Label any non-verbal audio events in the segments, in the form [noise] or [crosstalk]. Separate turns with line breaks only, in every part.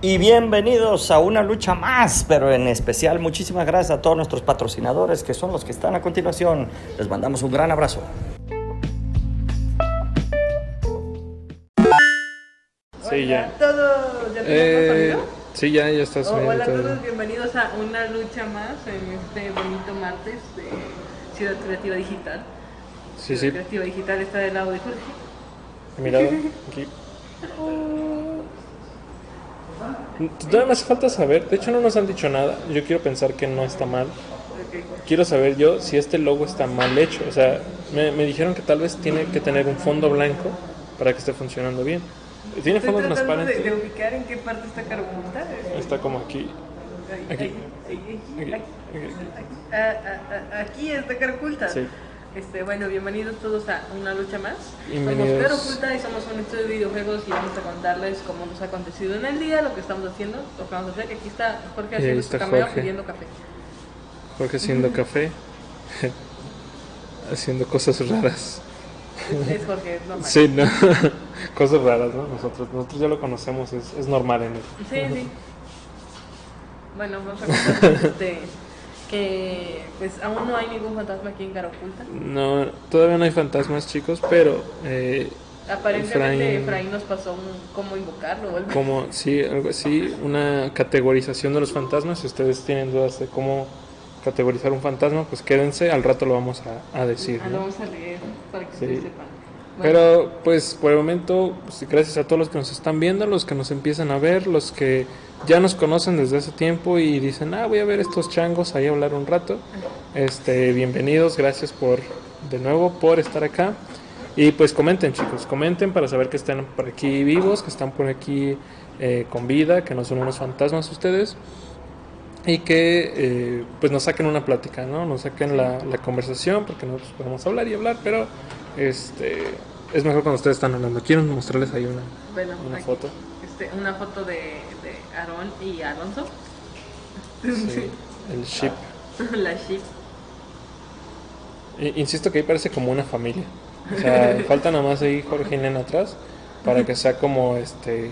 Y bienvenidos a una lucha más, pero en especial muchísimas gracias a todos nuestros patrocinadores que son los que están a continuación. Les mandamos un gran abrazo.
Sí, ya.
Hola a todos, ¿ya
Eh,
tenemos sonido?
sí, ya, ya estás
Oh,
bien,
hola a
todo.
todos, bienvenidos a una lucha más en este bonito martes de Ciudad Creativa Digital.
Sí,
Ciudad
sí,
Creativa Digital está del lado de Jorge.
mira,
[laughs]
aquí. Nada más falta saber, de hecho no nos han dicho nada, yo quiero pensar que no está mal.
Ok.
Quiero saber yo si este logo está mal hecho, o sea, me, me dijeron que tal vez tiene que tener un fondo blanco para que esté funcionando bien. Tiene
Estoy
fondo
tratando de,
transparente,
de ubicar en qué parte está Carbopunta.
está como aquí.
Ahí,
aquí.
ahí, ahí, ahí,
Aquí,
ahí.
aquí, aquí.
Ah, ah, ah, Aquí está Cara Oculta.
Sí.
Este, bueno, bienvenidos todos a una lucha más.
Bienvenidos.
Somos Cara Oculta y somos un estudio de videojuegos y vamos a contarles cómo nos ha acontecido en el día, lo que estamos haciendo, lo que vamos a hacer. Y aquí está Jorge
Y ahí
haciendo
está
su cameo
Jorge.
pidiendo café.
Jorge haciendo café, [laughs] haciendo cosas raras.
Es, es Jorge, es normal.
Sí, no. [laughs] cosas raras, ¿no? Nosotros, nosotros ya lo conocemos, es, es normal en él.
Sí, sí. Bueno, vamos a contarles este, que pues aún no hay ningún fantasma aquí en Cara Oculta.
No, todavía no hay fantasmas, chicos, pero eh,
Aparentemente
Efraín-
Efraín, nos pasó un, cómo invocarlo o algo
como sí, algo así, una categorización de los fantasmas. Si ustedes tienen dudas de cómo categorizar un fantasma, pues quédense, al rato lo vamos a, a decir.
Ah, lo
¿no?
vamos a leer para que
Sí.
ustedes sepan. Bueno,
Pero pues por el momento, pues, gracias a todos los que nos están viendo, los que nos empiezan a ver, los que ya nos conocen desde hace tiempo y dicen, ah, voy a ver estos changos ahí a hablar un rato. Este, bienvenidos, gracias por de nuevo por estar acá. Y pues comenten chicos, comenten para saber que están por aquí vivos, que están por aquí eh, con vida, que no son unos fantasmas ustedes y que eh, pues nos saquen una plática, ¿no? Nos saquen la, la conversación porque nosotros podemos hablar y hablar, pero este es mejor cuando ustedes están hablando. Quiero mostrarles ahí una,
bueno,
una
aquí,
foto.
este, una foto de, de Aarón y Alonso.
Sí, el ship.
[laughs] La ship.
I- Insisto que ahí parece como una familia. O [laughs] sea, falta nada más ahí Jorge y Nena atrás para que sea como este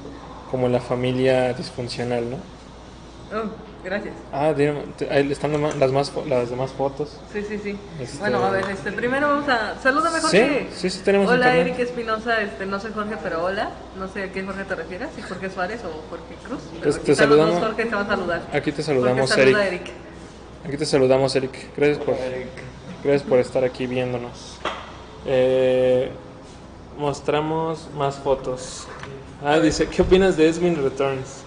como la familia disfuncional, ¿no?
Oh, gracias.
Ah, dieron- te- ahí están las ma- las más fo- las demás fotos.
Sí, sí, sí.
Este-
Bueno, a ver, este, primero vamos a. Saluda mejor
Sí,
que.
sí, sí tenemos
Hola,
internet.
Eric Espinosa, este, no soy Jorge, pero hola. No sé a qué Jorge te refieres, si Jorge Suárez o Jorge Cruz. Pero
Pues te
aquí están los
saludamos-
dos Jorge te van a saludar.
Aquí te saludamos,
Jorge saluda a
Eric.
Eric.
Aquí te saludamos, Eric. Gracias por, Gracias por estar aquí viéndonos. Eh, mostramos más fotos. Ah, dice, ¿qué opinas de Edwin Returns?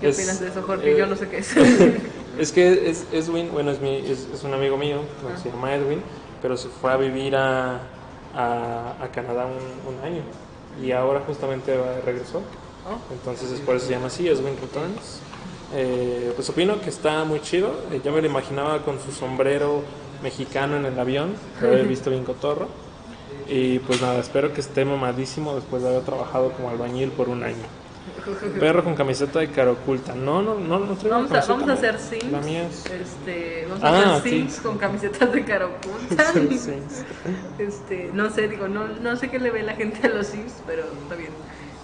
¿Qué
Es-
opinas de eso, Jorge?
eh,
Yo no sé
[laughs]
qué es. [laughs]
es que es, Edwin, bueno, es, mi, es, es un amigo mío, bueno, se llama Edwin, pero se fue a vivir a, a, a Canadá un, un año y ahora justamente va- regresó.
Oh.
Entonces es por eso se llama así, Edwin Returns. Eh, pues opino que está muy chido. eh, yo me lo imaginaba con su sombrero mexicano en el avión, lo he visto bien cotorro. Y pues nada, espero que esté mamadísimo después de haber trabajado como albañil por un año. Perro con camiseta de cara oculta. No, no, no, no traigo
Vamos a,
camiseta,
vamos a
no.
hacer sims.
La mía es-
Este, vamos
Ah,
a hacer sims
sí.
con camisetas de
[laughs]
cara oculta.
Hacer sims.
Este, no sé, digo, no, no sé qué le ve la gente a los sims, pero está bien.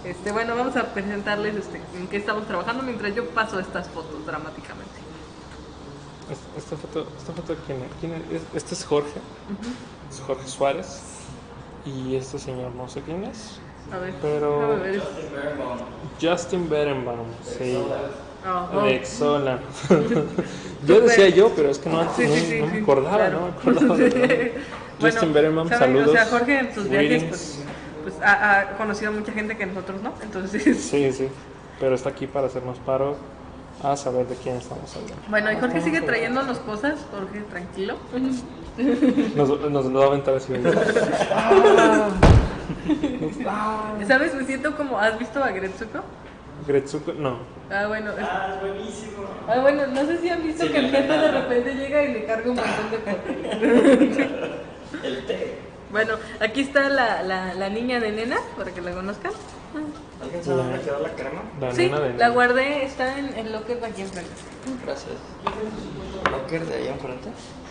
Este, bueno, vamos a presentarles este, en qué estamos trabajando mientras yo paso estas fotos dramáticamente.
Es- Esta foto, esta foto ¿quién, es? ¿Quién es? Es- Este es Jorge. Es Jorge Suárez. Y este señor no sé quién es.
A ver,
Pero-
déjame ver.
Justin Berenbaum. Sí.
Ah, oh.
De
[laughs]
Exola. yo decía yo, pero es que no, antes no,
Sí, sí, sí,
no me
sí,
acordaba,
claro.
no me acordaba.
[laughs]
de verdad.
Bueno,
Justin Berenbaum,
¿saben?
saludos.
O sea, Jorge en sus viajes
Greetings.
pues, pues, ha, ha conocido a mucha gente que nosotros no, entonces...
Sí, sí. Pero está aquí para hacernos paro a saber de quién estamos hablando.
Bueno, y Jorge sigue trayéndonos cosas, Jorge, tranquilo.
Nos, nos lo va a aventar
[laughs]
así.
¿Sabes? Me siento como, ¿has visto a Gretsuko?
Gretsuko, no.
Ah, bueno. Ah, es buenísimo. Ah, bueno, no sé si han visto que el jefe de repente llega y le carga un montón de cosas. el [laughs] té. Bueno, aquí está la, la, la niña de nena, para que la conozcan.
¿Alguien sabe dónde quedó la crema?
La
sí,
nena de
la guardé, está en el locker de aquí enfrente.
Gracias. ¿Locker de ahí enfrente?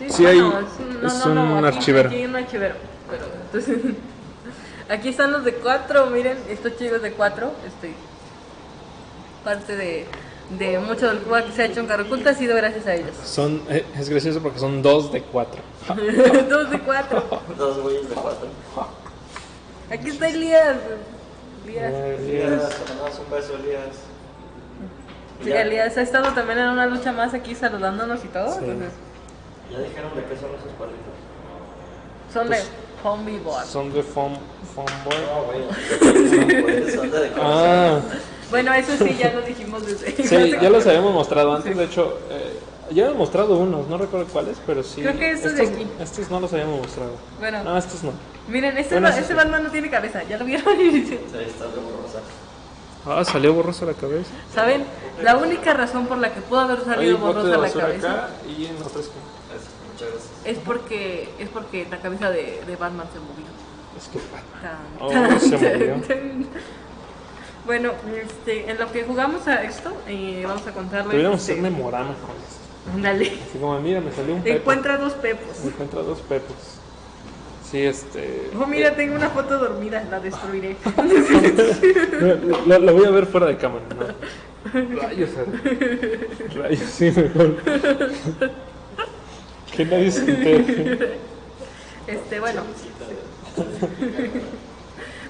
Sí,
bueno,
hay-
es un- no,
es
no, no,
un
aquí-
archivero.
Aquí hay un archivero. Pero, entonces, [laughs] aquí están los de cuatro, miren, estos chicos de cuatro, este, parte de de mucho del Cuba que se ha hecho en Caraculta ha sido gracias a ellos.
Son, eh, es gracioso porque son dos de cuatro.
[laughs] dos de cuatro.
Dos güeyes de cuatro.
Aquí está Elías. Elías.
Eh,
Elías, te mandamos un beso, Elías.
Sí,
Ya-
Elías ha estado también en una lucha más aquí saludándonos y todo.
Sí.
Entonces,
Ya dijeron de qué son esos cuadritos.
son
Pues-
de Homie Board.
Son de foam, foam board.
No, güey.
[laughs]
No, güey, Son de decoración.
Ah,
Bueno, eso sí, ya lo dijimos desde. [laughs]
sí, ya los habíamos mostrado antes. De hecho, eh, ya hemos mostrado unos, no recuerdo cuáles, pero sí.
Creo que estos de aquí. Ah.
Estos no los habíamos mostrado.
Bueno.
No, estos no.
Miren, este,
Bueno,
ba-
sí,
este
sí.
Batman no tiene cabeza, ya lo vieron.
Sí, está de borrosa.
Ah, salió borrosa la cabeza.
¿Saben? La única razón por la que pudo haber
Hay
salido
un bote de
borrosa la
basura
cabeza
acá y en otra esquina.
Eso, Muchas gracias.
es porque es porque la cabeza de, de Batman se movió.
Es que
Tan,
Oh,
tan,
se
tan,
movió.
tan. Bueno, este, en lo que jugamos a esto, eh, vamos a contarles.
Deberíamos
este,
ser memorama con esto.
Ándale.
Así como, mira, me salió un pepo.
Encuentra dos pepos.
Me encuentra dos pepos. Sí, este.
Oh, mira, tengo una foto dormida, la destruiré.
[laughs]
[laughs]
Lo, lo- lo voy a ver fuera de cámara, ¿no? Rayos, eh. Rayos, sí, mejor. Que nadie se entere.
[laughs] Este, bueno.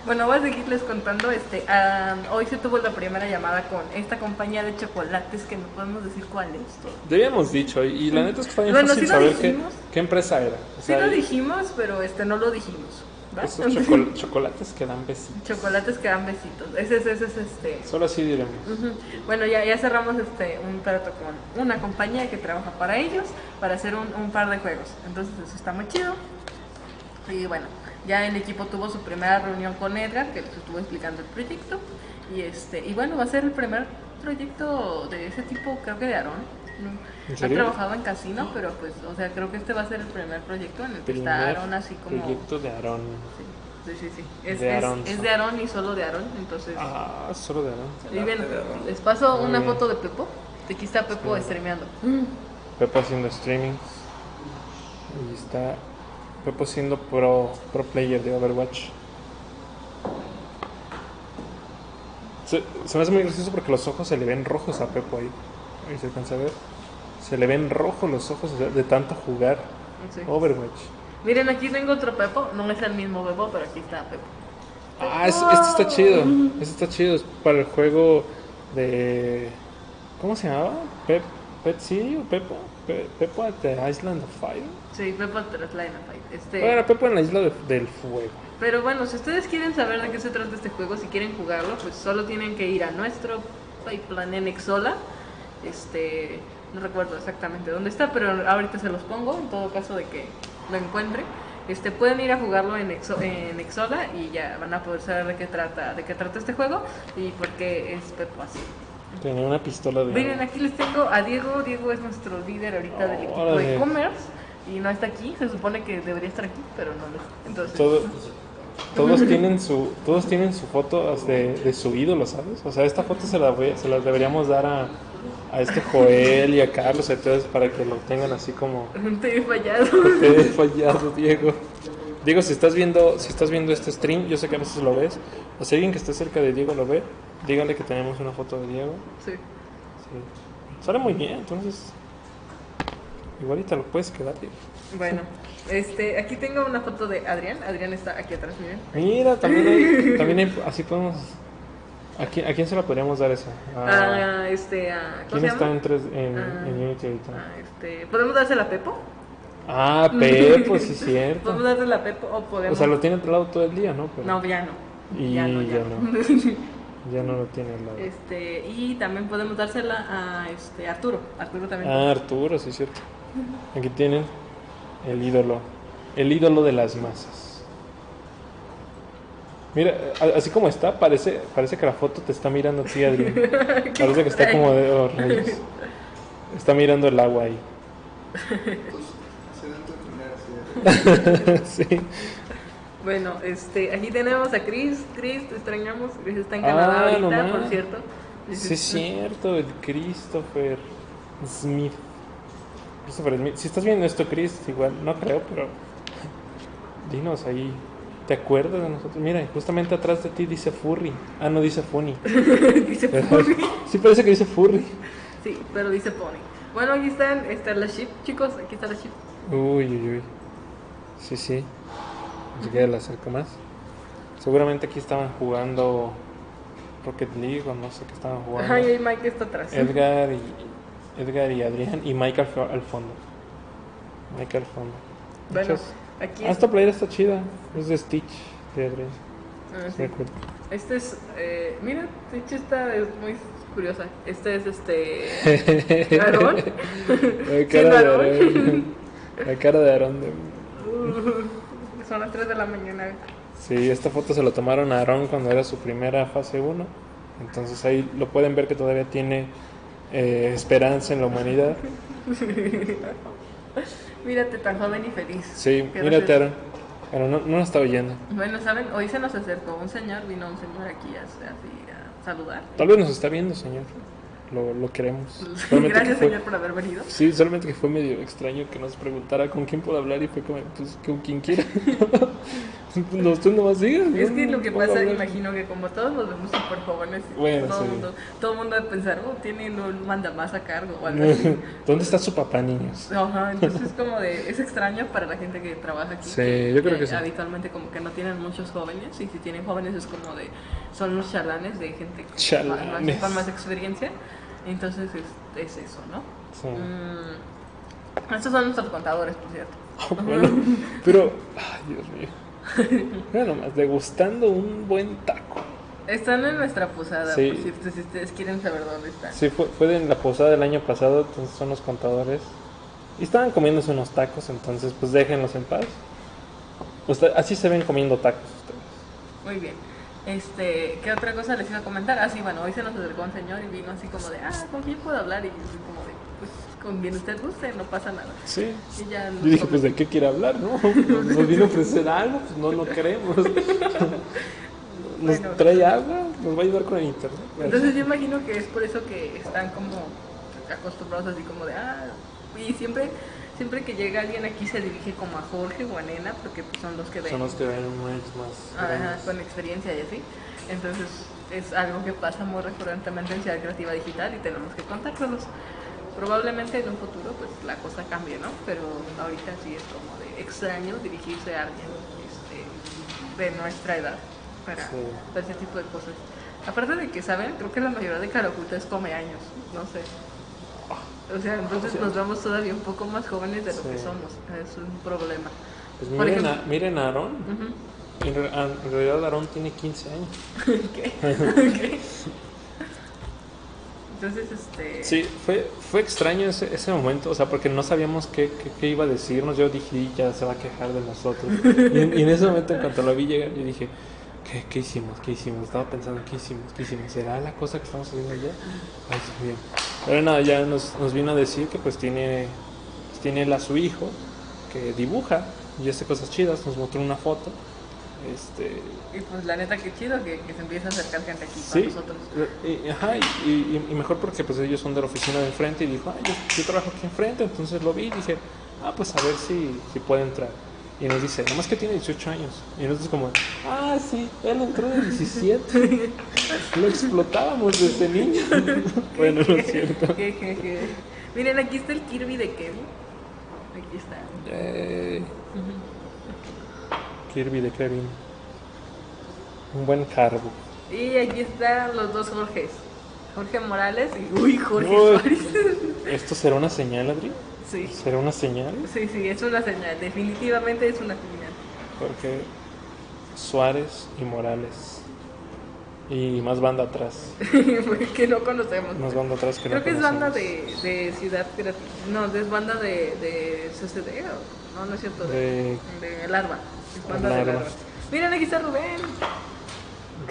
Bueno, voy a seguirles contando. Este, ah, hoy se tuvo la primera llamada con esta compañía de chocolates que no podemos decir cuál es.
Ya habíamos dicho, y la neta es que está bien
Bueno,
fácil
sí lo
saber qué,
dijimos.
qué empresa era. O
Sí
sea,
lo dijimos, pero este no lo dijimos. ¿va?
esos chocol- chocolates que dan besitos.
[laughs] chocolates que dan besitos. Ese es, ese es este.
Solo así diremos.
Ujú. Bueno, ya, ya cerramos este un trato con una compañía que trabaja para ellos para hacer un, un par de juegos. Entonces eso está muy chido. Y bueno, ya el equipo tuvo su primera reunión con Edgar, que les estuvo explicando el proyecto. Y este, y bueno, va a ser el primer proyecto de ese tipo, creo que de Aarón.
¿En
Ha
serio?
trabajado en casino, pero pues, o sea, creo que este va a ser el primer proyecto en el que está
Primer
Aarón así como.
Proyecto de Aarón.
Sí, sí, sí. Es
De
es-
Aarón.
es de Aarón y solo de Aarón, entonces.
Ah, solo de Aarón.
Y bueno,
Arte de Aarón.
les paso
Muy
una
bien. Mm,
foto de Pepo. Aquí está Pepo streameando.
Pepo haciendo streaming. Y está Pepo siendo pro, pro player de Overwatch. Se, se me hace muy gracioso porque los ojos se le ven rojos a Pepo ahí. Ahí se alcanza a ver. Se le ven rojos los ojos o sea, de tanto jugar
Sí.
Overwatch.
Miren, aquí tengo otro Pepo. No es el mismo Pepo, pero aquí está Pepo.
Ah, es- este está chido. Este está chido. Es para el juego de. ¿Cómo se llamaba? Pep, Pet City o Pepo? Pe- Pepo at the Island of Fire.
Sí, Pepo Trasline Este,
Bueno, Pepo en la isla de- del fuego.
Pero bueno, si ustedes quieren saber de qué se trata este juego, si quieren jugarlo, pues solo tienen que ir a nuestro Pipeline en Exola. Este, no recuerdo exactamente dónde está, pero ahorita se los pongo en todo caso de que lo encuentren. Este, pueden ir a jugarlo en, Exo- en Exola y ya van a poder saber de qué trata, de qué trata este juego y por qué es Pepo así.
Tenía una pistola de.
Miren, aquí les tengo a Diego. Diego es nuestro líder ahorita del equipo
Órale.
de e-commerce y no está aquí. Se supone que debería estar aquí, pero no lo está. Entonces, [laughs]
Todo- todos tienen su todos tienen su foto de, de su ídolo, ¿sabes? O sea, esta foto se la voy- se las deberíamos dar a, a este Joel y a Carlos entonces para que lo tengan así como
te he fallado.
te he fallado, Diego. Diego, si estás viendo si estás viendo este stream, yo sé que a veces lo ves. O si alguien que esté cerca de Diego lo ve, díganle que tenemos una foto de Diego.
Sí.
Sí. Sale muy bien, entonces igual y te lo puedes quedar, Diego.
Bueno, este, aquí tengo una foto de Adrián. Adrián está aquí atrás, miren.
Mira, también hay, también hay- así podemos. ¿A quién, a quién se la podríamos dar esa? A-
Ah, este, ah,
¿Quién
¿cómo se
está
llama?
en, tres, en,
Ah.
en Unity ahorita?
Ah, este, ¿Podemos dársela a Pepo?
Ah, Pepo,
[laughs]
sí, es cierto.
¿Podemos dársela a Pepo o
O
podemos...?
sea, lo tiene al lado todo el día, ¿no? Pero
Pues, No, ya no.
Y
ya no, ya,
ya
no. [laughs]
ya no lo tiene al lado.
este, y también podemos dársela a este, Arturo. Arturo también.
Ah, Arturo, sí, es cierto. Aquí tienen el ídolo. El ídolo de las masas. Mira, a- así como está, parece, parece que la foto te está mirando a ti,
[laughs]
Adrián. Parece que está como de oh, rayos. Está mirando el agua ahí.
Se ven terminar,
[laughs] sí.
Bueno, este, aquí tenemos a Chris. Chris, te extrañamos. Chris está en
Ah,
Canadá
no
ahorita,
más.
por cierto. [laughs]
Sí, es cierto, el Christopher Smith. Christopher Smith. Si estás viendo esto, Chris, igual, no creo, pero. Dinos ahí. ¿Te acuerdas de nosotros? Mira, justamente atrás de ti dice Furry. Ah, no dice Funny. [laughs]
Dice,
sí, parece que dice Furry.
Sí, pero dice pony. Bueno, aquí están, está la ship, chicos, aquí está la ship.
Uy, uy, uy. Sí, sí. Así que la acerco más. Seguramente aquí estaban jugando Rocket League o no sé qué estaban jugando.
Ajá, y ahí Mike está atrás.
Edgar y, Edgar y Adrián y Mike al, fo- al fondo. Mike al fondo.
Bueno,
Muchas-
aquí
Ah, esta playera está chida. Es de Stitch, de Adrián.
Ah,
Me
sí.
acuerdo.
Este es, eh, mira, de hecho esta es muy curiosa. Este
[laughs]
es este... Aarón. [laughs]
La
Siendo
cara de
Aarón.
Aarón. La cara de Aarón. de-
Uh, [laughs] Son las 3 de la mañana.
Sí, esta foto se la tomaron a Aarón cuando era su primera fase 1. Entonces ahí lo pueden ver que todavía tiene eh, esperanza en la humanidad.
Mírate tan joven y feliz.
Sí,
Qué
mírate,
gracioso.
Aarón. Pero no, no nos está oyendo.
Bueno, ¿saben? Hoy se nos acercó un señor, vino un señor aquí a, así a saludar.
Tal vez nos está viendo, señor. Lo, lo queremos. Solamente que
[laughs] Gracias,
fue-
señor, por haber venido.
Sí, solamente que fue medio extraño que nos preguntara con quién puedo hablar y fue como, pues, con quien
[laughs]
quiera. no, tú nomás digas.
Es
¿no?
que lo que
Puedo
pasa,
hablar. [laughs]
imagino que como todos nos vemos súper jóvenes,
Bueno,
todo,
sí.
el mundo, todo el mundo va a pensar, oh, tienen un mandamás a cargo o algo
[laughs]
así.
¿Dónde está su papá, niños?
Ajá, entonces es como de, es extraño para la gente que trabaja aquí.
Sí, yo creo que sí.
Habitualmente como que no tienen muchos jóvenes y si tienen jóvenes es como de, son los charlanes de gente con
Chalanes.
más- más- con más experiencia. Entonces es, es eso, ¿no?
Sí.
Mm, estos son nuestros contadores, por cierto.
Ah, [laughs] bueno,
[laughs]
pero, ay, Dios mío. Mira nomás, degustando un buen taco.
Están en nuestra posada,
Sí.
por cierto, si ustedes quieren saber dónde están.
Sí, fue, fue en la posada del año pasado, entonces son los contadores. Y estaban comiéndose unos tacos, entonces pues déjenlos en paz. Usted- así se ven comiendo tacos ustedes.
Muy bien. Este, ¿qué otra cosa les iba a comentar? Ah, sí, bueno, hoy se nos acercó un señor y vino así como de, ah, ¿con quién puedo hablar? Y yo así como de, pues, con quien usted guste, no pasa nada.
Sí.
Y ya nos
Yo dije,
com-
pues de qué quiere hablar, ¿no? Pues, Nos vino a ofrecer algo, pues no lo queremos.
[laughs]
Nos
Bueno.
trae agua, nos va a ayudar con el internet.
Entonces yo imagino que es por eso que están como acostumbrados así como de, ah, y siempre, siempre que llega alguien aquí se dirige como a Jorge o a Nena, porque pues, son los que ven.
Son los que ven más. más
Ajá,
grandes.
con experiencia y así. Entonces es algo que pasa muy recurrentemente en Ciudad Creativa Digital y tenemos que contactarlos. Probablemente en un futuro pues la cosa cambie, ¿no? Pero ahorita sí es como de extraño dirigirse a alguien este, de nuestra edad para
Sí.
para ese tipo de cosas. Aparte de que, ¿saben? Creo que la mayoría de caracutas come años, no sé. O sea, entonces nos vemos todavía un poco más jóvenes de lo que
Ah. Sí.
somos. Es un problema.
Pues
Por
miren, a,
ejemplo-
miren a Aarón.
Ujú.
En, re- en realidad Aarón tiene 15 años.
[laughs] Ok. Entonces, este.
Sí, fue, fue extraño ese, ese momento, o sea, porque no sabíamos qué, qué, qué iba a decirnos. Yo dije, "Y ya se va a quejar de nosotros. Y, en- y en ese momento, en cuanto lo vi llegar, yo dije, ¿qué, qué hicimos? ¿Qué hicimos? Estaba pensando, ¿qué hicimos? ¿Qué hicimos? ¿Será la cosa que estamos haciendo ya? Ay, Dios mío. Pero nada, ya nos, nos vino a decir que pues tiene, pues, tiene él a su hijo que dibuja y hace cosas chidas. Nos mostró una foto. Este,
Y pues la neta, qué chido que, que se empieza a acercar gente aquí con
Sí,
nosotros.
y, ajá, y, y- y mejor porque pues ellos son de la oficina de enfrente y dijo, ah, yo, yo trabajo aquí enfrente, entonces lo vi y dije, ah, pues a ver si, si puede entrar. Y nos dice, nomás que tiene 18 años. Y nosotros como, ah, sí, él entró de [laughs] 17. lo explotábamos desde niño. [laughs] bueno, no es
[laughs]
cierto.
Jejeje. Miren, aquí está el Kirby de Kevin. Aquí está.
Yay. Kirby de Kevin. Un buen cargo.
Y aquí están los dos Jorges. Jorge Morales y. Uy, Jorge
Uy.
Suárez. [laughs]
¿Esto será una señal, Adri?
sí.
¿Será una señal?
Sí, sí, es una señal. Definitivamente es una señal.
Porque Suárez y Morales. Y más banda atrás.
[laughs] que no conocemos.
Más banda atrás que no
Creo que es banda
conocemos.
de, de Ciudad Creativa. No, es banda de, de CCD. o- No, no es cierto. De, de Larva. Es banda de
Larva.
Larva. Miren, aquí está Rubén.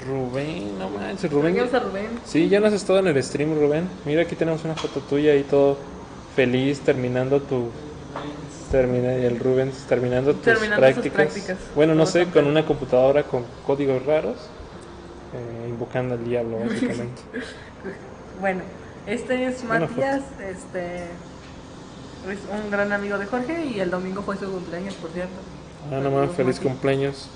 Rubén, no manches, Rubén.
Rubén. a Rubén.
Sí, ya nos has estado en el stream, Rubén. Mira, aquí tenemos una foto tuya y todo feliz terminando tu. Termina el Rubén terminando tus
Terminando sus
prácticas.
prácticas.
Bueno, no
Todo
sé,
campeón.
con una computadora con códigos raros, eh, invocando al diablo,
[laughs]
básicamente.
Bueno, este es
Buena
Matías. Este es un gran amigo de Jorge y el domingo fue su cumpleaños, por cierto.
Ah, no mames, feliz cumpleaños.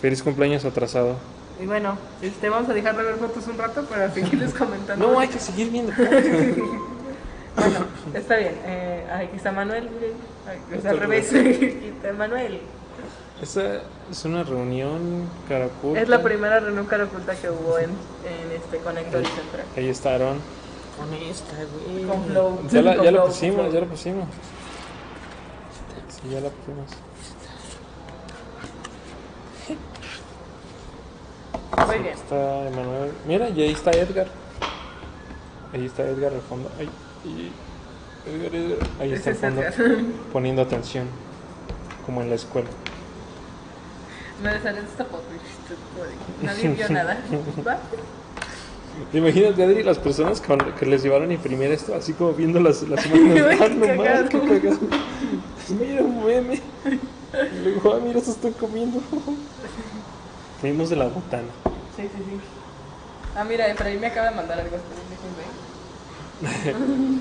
Feliz cumpleaños atrasado.
Y bueno, este, vamos a dejar de ver fotos un rato para seguirles comentando.
No, hay que seguir viendo. fotos.
[laughs] Bueno, está bien. Eh, aquí está Manuel. miren. Ay, Es al revés. [laughs] Aquí está Manuel.
Esa es una reunión caracol.
Es la primera reunión cara oculta que hubo en, en este Conector y Central.
Ahí está Aarón.
Con esta, güey.
Con Flow.
Ya la,
Con
ya la
Flow, con
pusimos,
Flow.
ya la pusimos. Sí, ya la pusimos.
Muy bien.
Está Emanuel. Mira, y ahí está Edgar. Ahí está Edgar al fondo. Ay, y- Edgar, Edgar. Ahí está
Ese
al
es
fondo.
Edgar. [laughs]
Poniendo atención. Como en la escuela.
Me salen esta foto y estoy como de, Nadie vio
[laughs]
nada. ¿Va?
Imagínate, Adri, las personas con- que les llevaron a imprimir esto, así como viendo las,
[laughs]
las imágenes.
Ay,
¡Ah,
qué
no mames, qué
cagado.
cagado! Mira un meme. Y luego, ah, mira, eso estoy
[laughs]
comiendo. Comimos de la botana.
Sí, sí, sí. Ah, mira, Efraín me acaba de mandar algo. Esperen,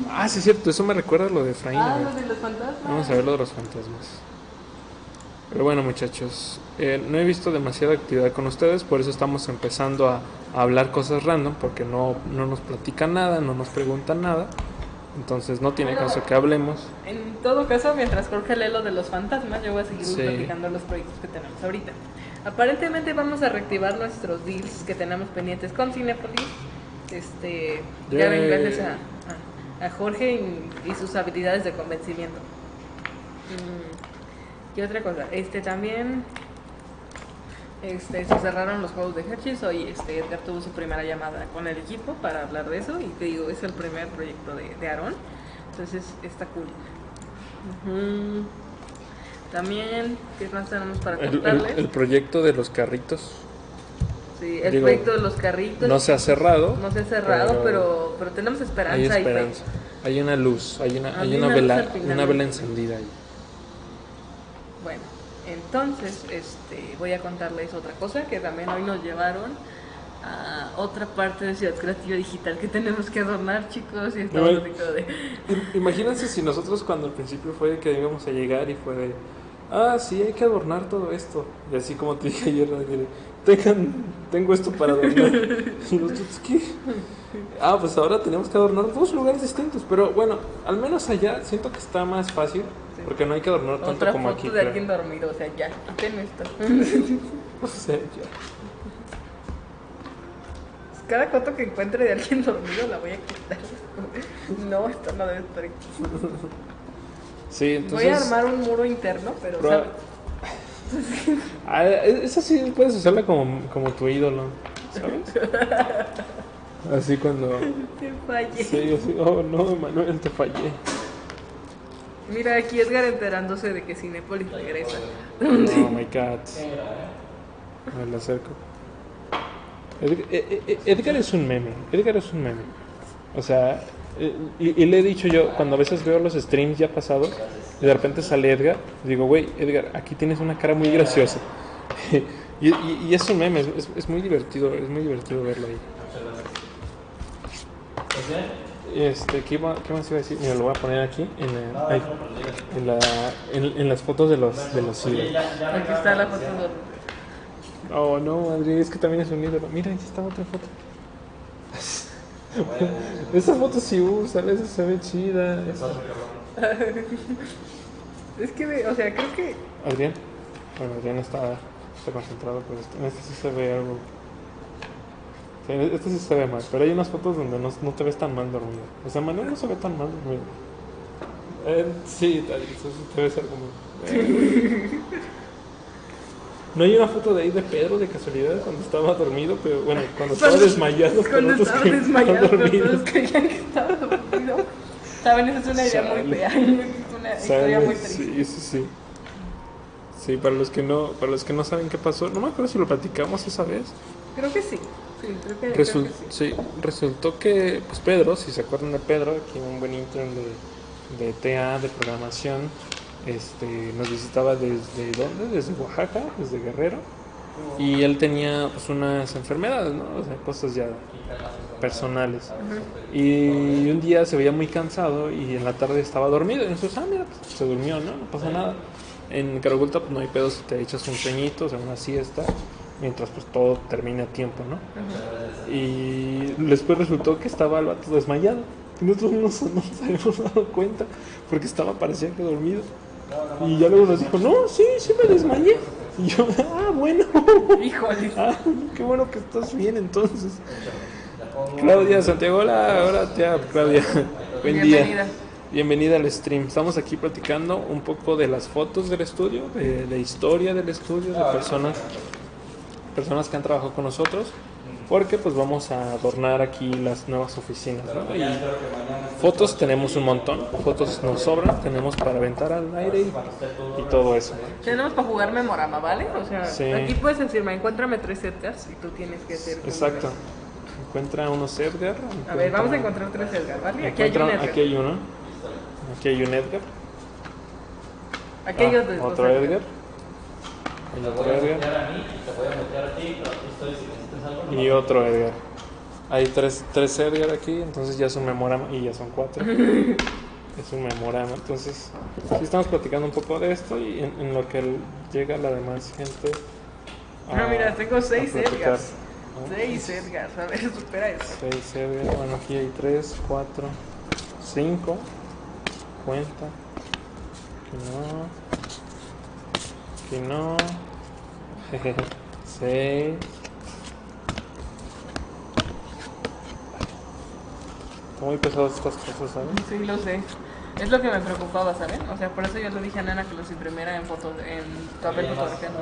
Ah, sí, es cierto, eso me recuerda a lo de Efraín. a
Ah,
ver.
lo de los fantasmas.
Vamos a ver lo de los fantasmas. Pero bueno, muchachos, eh, no he visto demasiada actividad con ustedes, por eso estamos empezando a, a hablar cosas random, porque no, no nos platican nada, no nos preguntan nada. Entonces no tiene caso que hablemos.
En todo caso, mientras Jorge lee lo de los fantasmas, yo voy a seguir
Sí.
platicando los proyectos que tenemos ahorita. Aparentemente vamos a reactivar nuestros deals que tenemos pendientes con Cinepolis. Este, ya ven,
Yay.
gracias a, a- a Jorge y, y sus habilidades de convencimiento. Mm, ¿Qué otra cosa? Este también este, se cerraron los juegos de Hershey's. Hoy este, Edgar tuvo su primera llamada con el equipo para hablar de eso. Y te digo, es el primer proyecto de, de Aarón. Entonces está cool. Ujú. También, ¿qué más tenemos para
El,
contarles?
el- el proyecto de los carritos
Sí, el
digo,
proyecto de los carritos.
no se ha cerrado.
No se ha cerrado, pero, pero tenemos esperanza.
hay
y fe.
esperanza. Hay una luz, hay una,
Hay
hay una,
una luz al
vela,
final.
una vela encendida ahí.
Bueno, entonces este, voy a contarles otra cosa que también hoy nos llevaron a otra parte de Ciudad Creativa Digital que tenemos que adornar, chicos. Y estamos
Bueno.
así como de...
Im- Imagínense si nosotros cuando al principio fue que íbamos a llegar y fue de, ah, sí, hay que adornar todo esto. Y así como te dije ayer, Daniel, tengan, tengo esto para
[laughs]
adornar. Y nosotros, ¿qué? Ah, pues ahora tenemos que adornar dos lugares distintos. Pero bueno, al menos allá siento que está más fácil,
Sí.
porque no hay que adornar tanto
Otra
como
foto
aquí.
de
claro.
alguien dormido, o sea, ya, quiten esto. [laughs]
O
Pues,
sea, ya.
Cada foto que encuentre de alguien dormido la voy a quitar. [laughs] No, esto no debe estar aquí.
Sí, entonces...
voy a armar un muro interno, pero... o sea, [laughs]
proba- Ah, esa sí puedes usarla como, como tu ídolo,
[laughs]
¿sabes? Así cuando
te fallé.
Sí, yo sí, oh no, Manuel, te fallé.
Mira, aquí Edgar enterándose de que Cinépolis regresa.
Oh my god. Me lo acerco. Edgar, eh, eh, Edgar es un meme. Edgar es un meme. O sea, eh, y, y le he dicho yo, cuando a veces veo los streams ya pasados, y de repente sale Edgar, digo, güey, Edgar, aquí tienes una cara muy graciosa. [laughs] y, y- y es un meme, es, es- es muy divertido, es muy divertido verlo ahí. Este, ¿qué, iba- qué más iba a decir? Mira, lo voy a poner aquí en, el- ahí, en, la- en- en las fotos de los, de los ídolos.
Aquí está la foto dormida.
Oh, no, Adri, es que también es un ídolo. Mira, ahí está otra foto. [laughs] Esa foto sí usan, esa se ve chida. esa-
Es que, ve- o sea, creo que
Adrián. Bueno, Adrián está, está concentrado, pero este, en esta sí se ve algo. Sí, en esta sí se ve mal, pero hay unas fotos donde no, no te ves tan mal dormido. O sea, Manuel no se ve tan mal dormido. Eh, sí, tal- eso sí te ves algo mal. [laughs] No hay una foto de ahí de Pedro de casualidad cuando estaba dormido, pero bueno, cuando estaba desmayado. pero
Cuando
otros
estaba
que no
desmayado, pero
dormido.
todos creían que estaba dormido. Saben, esa es una idea muy
Sale.
fea. Es una [laughs] historia muy
¿Sabes?
triste.
Sí, sí, sí. Sí, para los que no, para los que no saben qué pasó, no me acuerdo si lo platicamos esa vez.
Creo que sí. Sí, creo que, creo
Resul-
que sí.
sí, resultó que pues Pedro, si se acuerdan de Pedro, aquí un buen intern de, de TA, de programación, este, nos visitaba desde dónde, desde Oaxaca, desde Guerrero, y él tenía pues unas enfermedades, ¿no? O sea, cosas ya personales. Y un día se veía muy cansado y en la tarde estaba dormido. Y nosotros, ah, mira, pues, se durmió, ¿no? No pasa nada. En Caragulta pues, no hay pedo si te echas un sueñito, o sea, una siesta, mientras pues todo termina a tiempo, ¿no? Y después resultó que estaba el vato desmayado. Nosotros no [laughs] nos, no nos habíamos dado cuenta porque estaba, parecía que dormido. Y ya luego nos dijo, no, sí, sí me desmayé. Y yo, ah, bueno. [laughs]
Híjole.
Ah, qué bueno que estás bien entonces. Claudia Santiago, hola, hola tía Claudia. Buen día.
Bienvenida.
Bienvenida al stream. Estamos aquí platicando un poco de las fotos del estudio, de la historia del estudio, de personas, personas que han trabajado con nosotros, porque pues vamos a adornar aquí las nuevas oficinas. ¿no? Y fotos tenemos un montón, fotos nos sobran, tenemos para aventar al aire y, y todo eso. ¿no?
Tenemos para jugar memorama, ¿vale? O sea,
Sí.
aquí puedes decirme, encuéntrame tres Edgars y tú tienes que hacer. como
Exacto.
una-
Encuentra unos Edgar.
A ver, vamos a
encuentra-
encontrar tres Edgar, ¿vale? Aquí hay
Encuentra-
un Edgar.
Aquí hay uno. Aquí hay un Edgar.
Aquí hay
Ah,
otro.
otro Edgar. Y otro Edgar. Y otro Edgar. Hay tres, tres Edgar aquí, entonces ya es un memorama. Y ya son
[laughs]
cuatro. es un memorama. Entonces, sí estamos platicando un poco de esto y en, en lo que l- llega la demás gente.
No, Ah, mira, tengo seis
a platicar,
Edgars.
¿no?
Seis Edgars, a ver, [laughs] supera eso.
Seis Edgar. Bueno, aquí hay tres, cuatro, cinco. Cuenta. Que no. Que no. [laughs] Seis. Está muy pesadas estas cosas, ¿sabes?
Sí, lo sé. Es lo que me preocupaba, ¿saben? O sea, por eso yo le dije a Nana que los imprimiera en fotos, en papel fotografiado.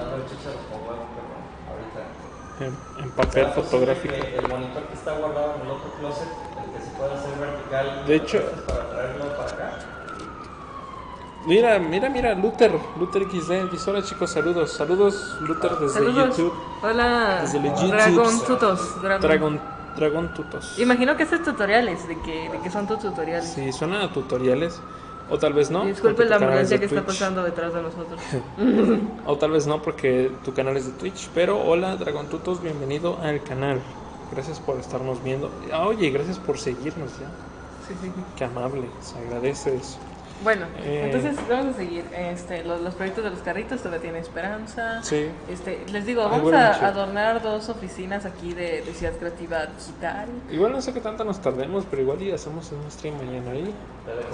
En, en papel fotográfico.
El monitor que está guardado en el otro closet, el que se puede hacer vertical.
De hecho-
Para traerlo para acá.
Mira, mira, mira, Luther. Luther XD. Dice, hola chicos, saludos. Saludos, Luther, desde
Saludos.
YouTube.
Hola.
Desde el YouTube.
Dragon Tutos. Dragon.
Dragon, Dragon Tutos.
Imagino que estos tutoriales, de que, de que son tus tutoriales.
Sí, suena a tutoriales. O tal vez no.
Disculpe
porque
la
tu canal es
ambulancia
de
que está
Twitch.
pasando detrás
[laughs]
de nosotros.
O tal vez no porque tu canal es de Twitch. Pero hola, Dragon Tutos, bienvenido al canal. Gracias por estarnos viendo. Ah, Oye, gracias por seguirnos ya.
Sí, sí, sí.
Qué amable, se agradece eso.
Bueno,
Eh.
entonces vamos a seguir. Este, los, los proyectos de los carritos todavía tiene esperanza.
Sí.
Este, les digo,
Ay,
vamos
bueno,
a
sí.
adornar dos oficinas aquí de, de Ciudad Creativa Digital.
Igual no sé qué tanto nos tardemos, pero igual y hacemos un stream mañana ahí.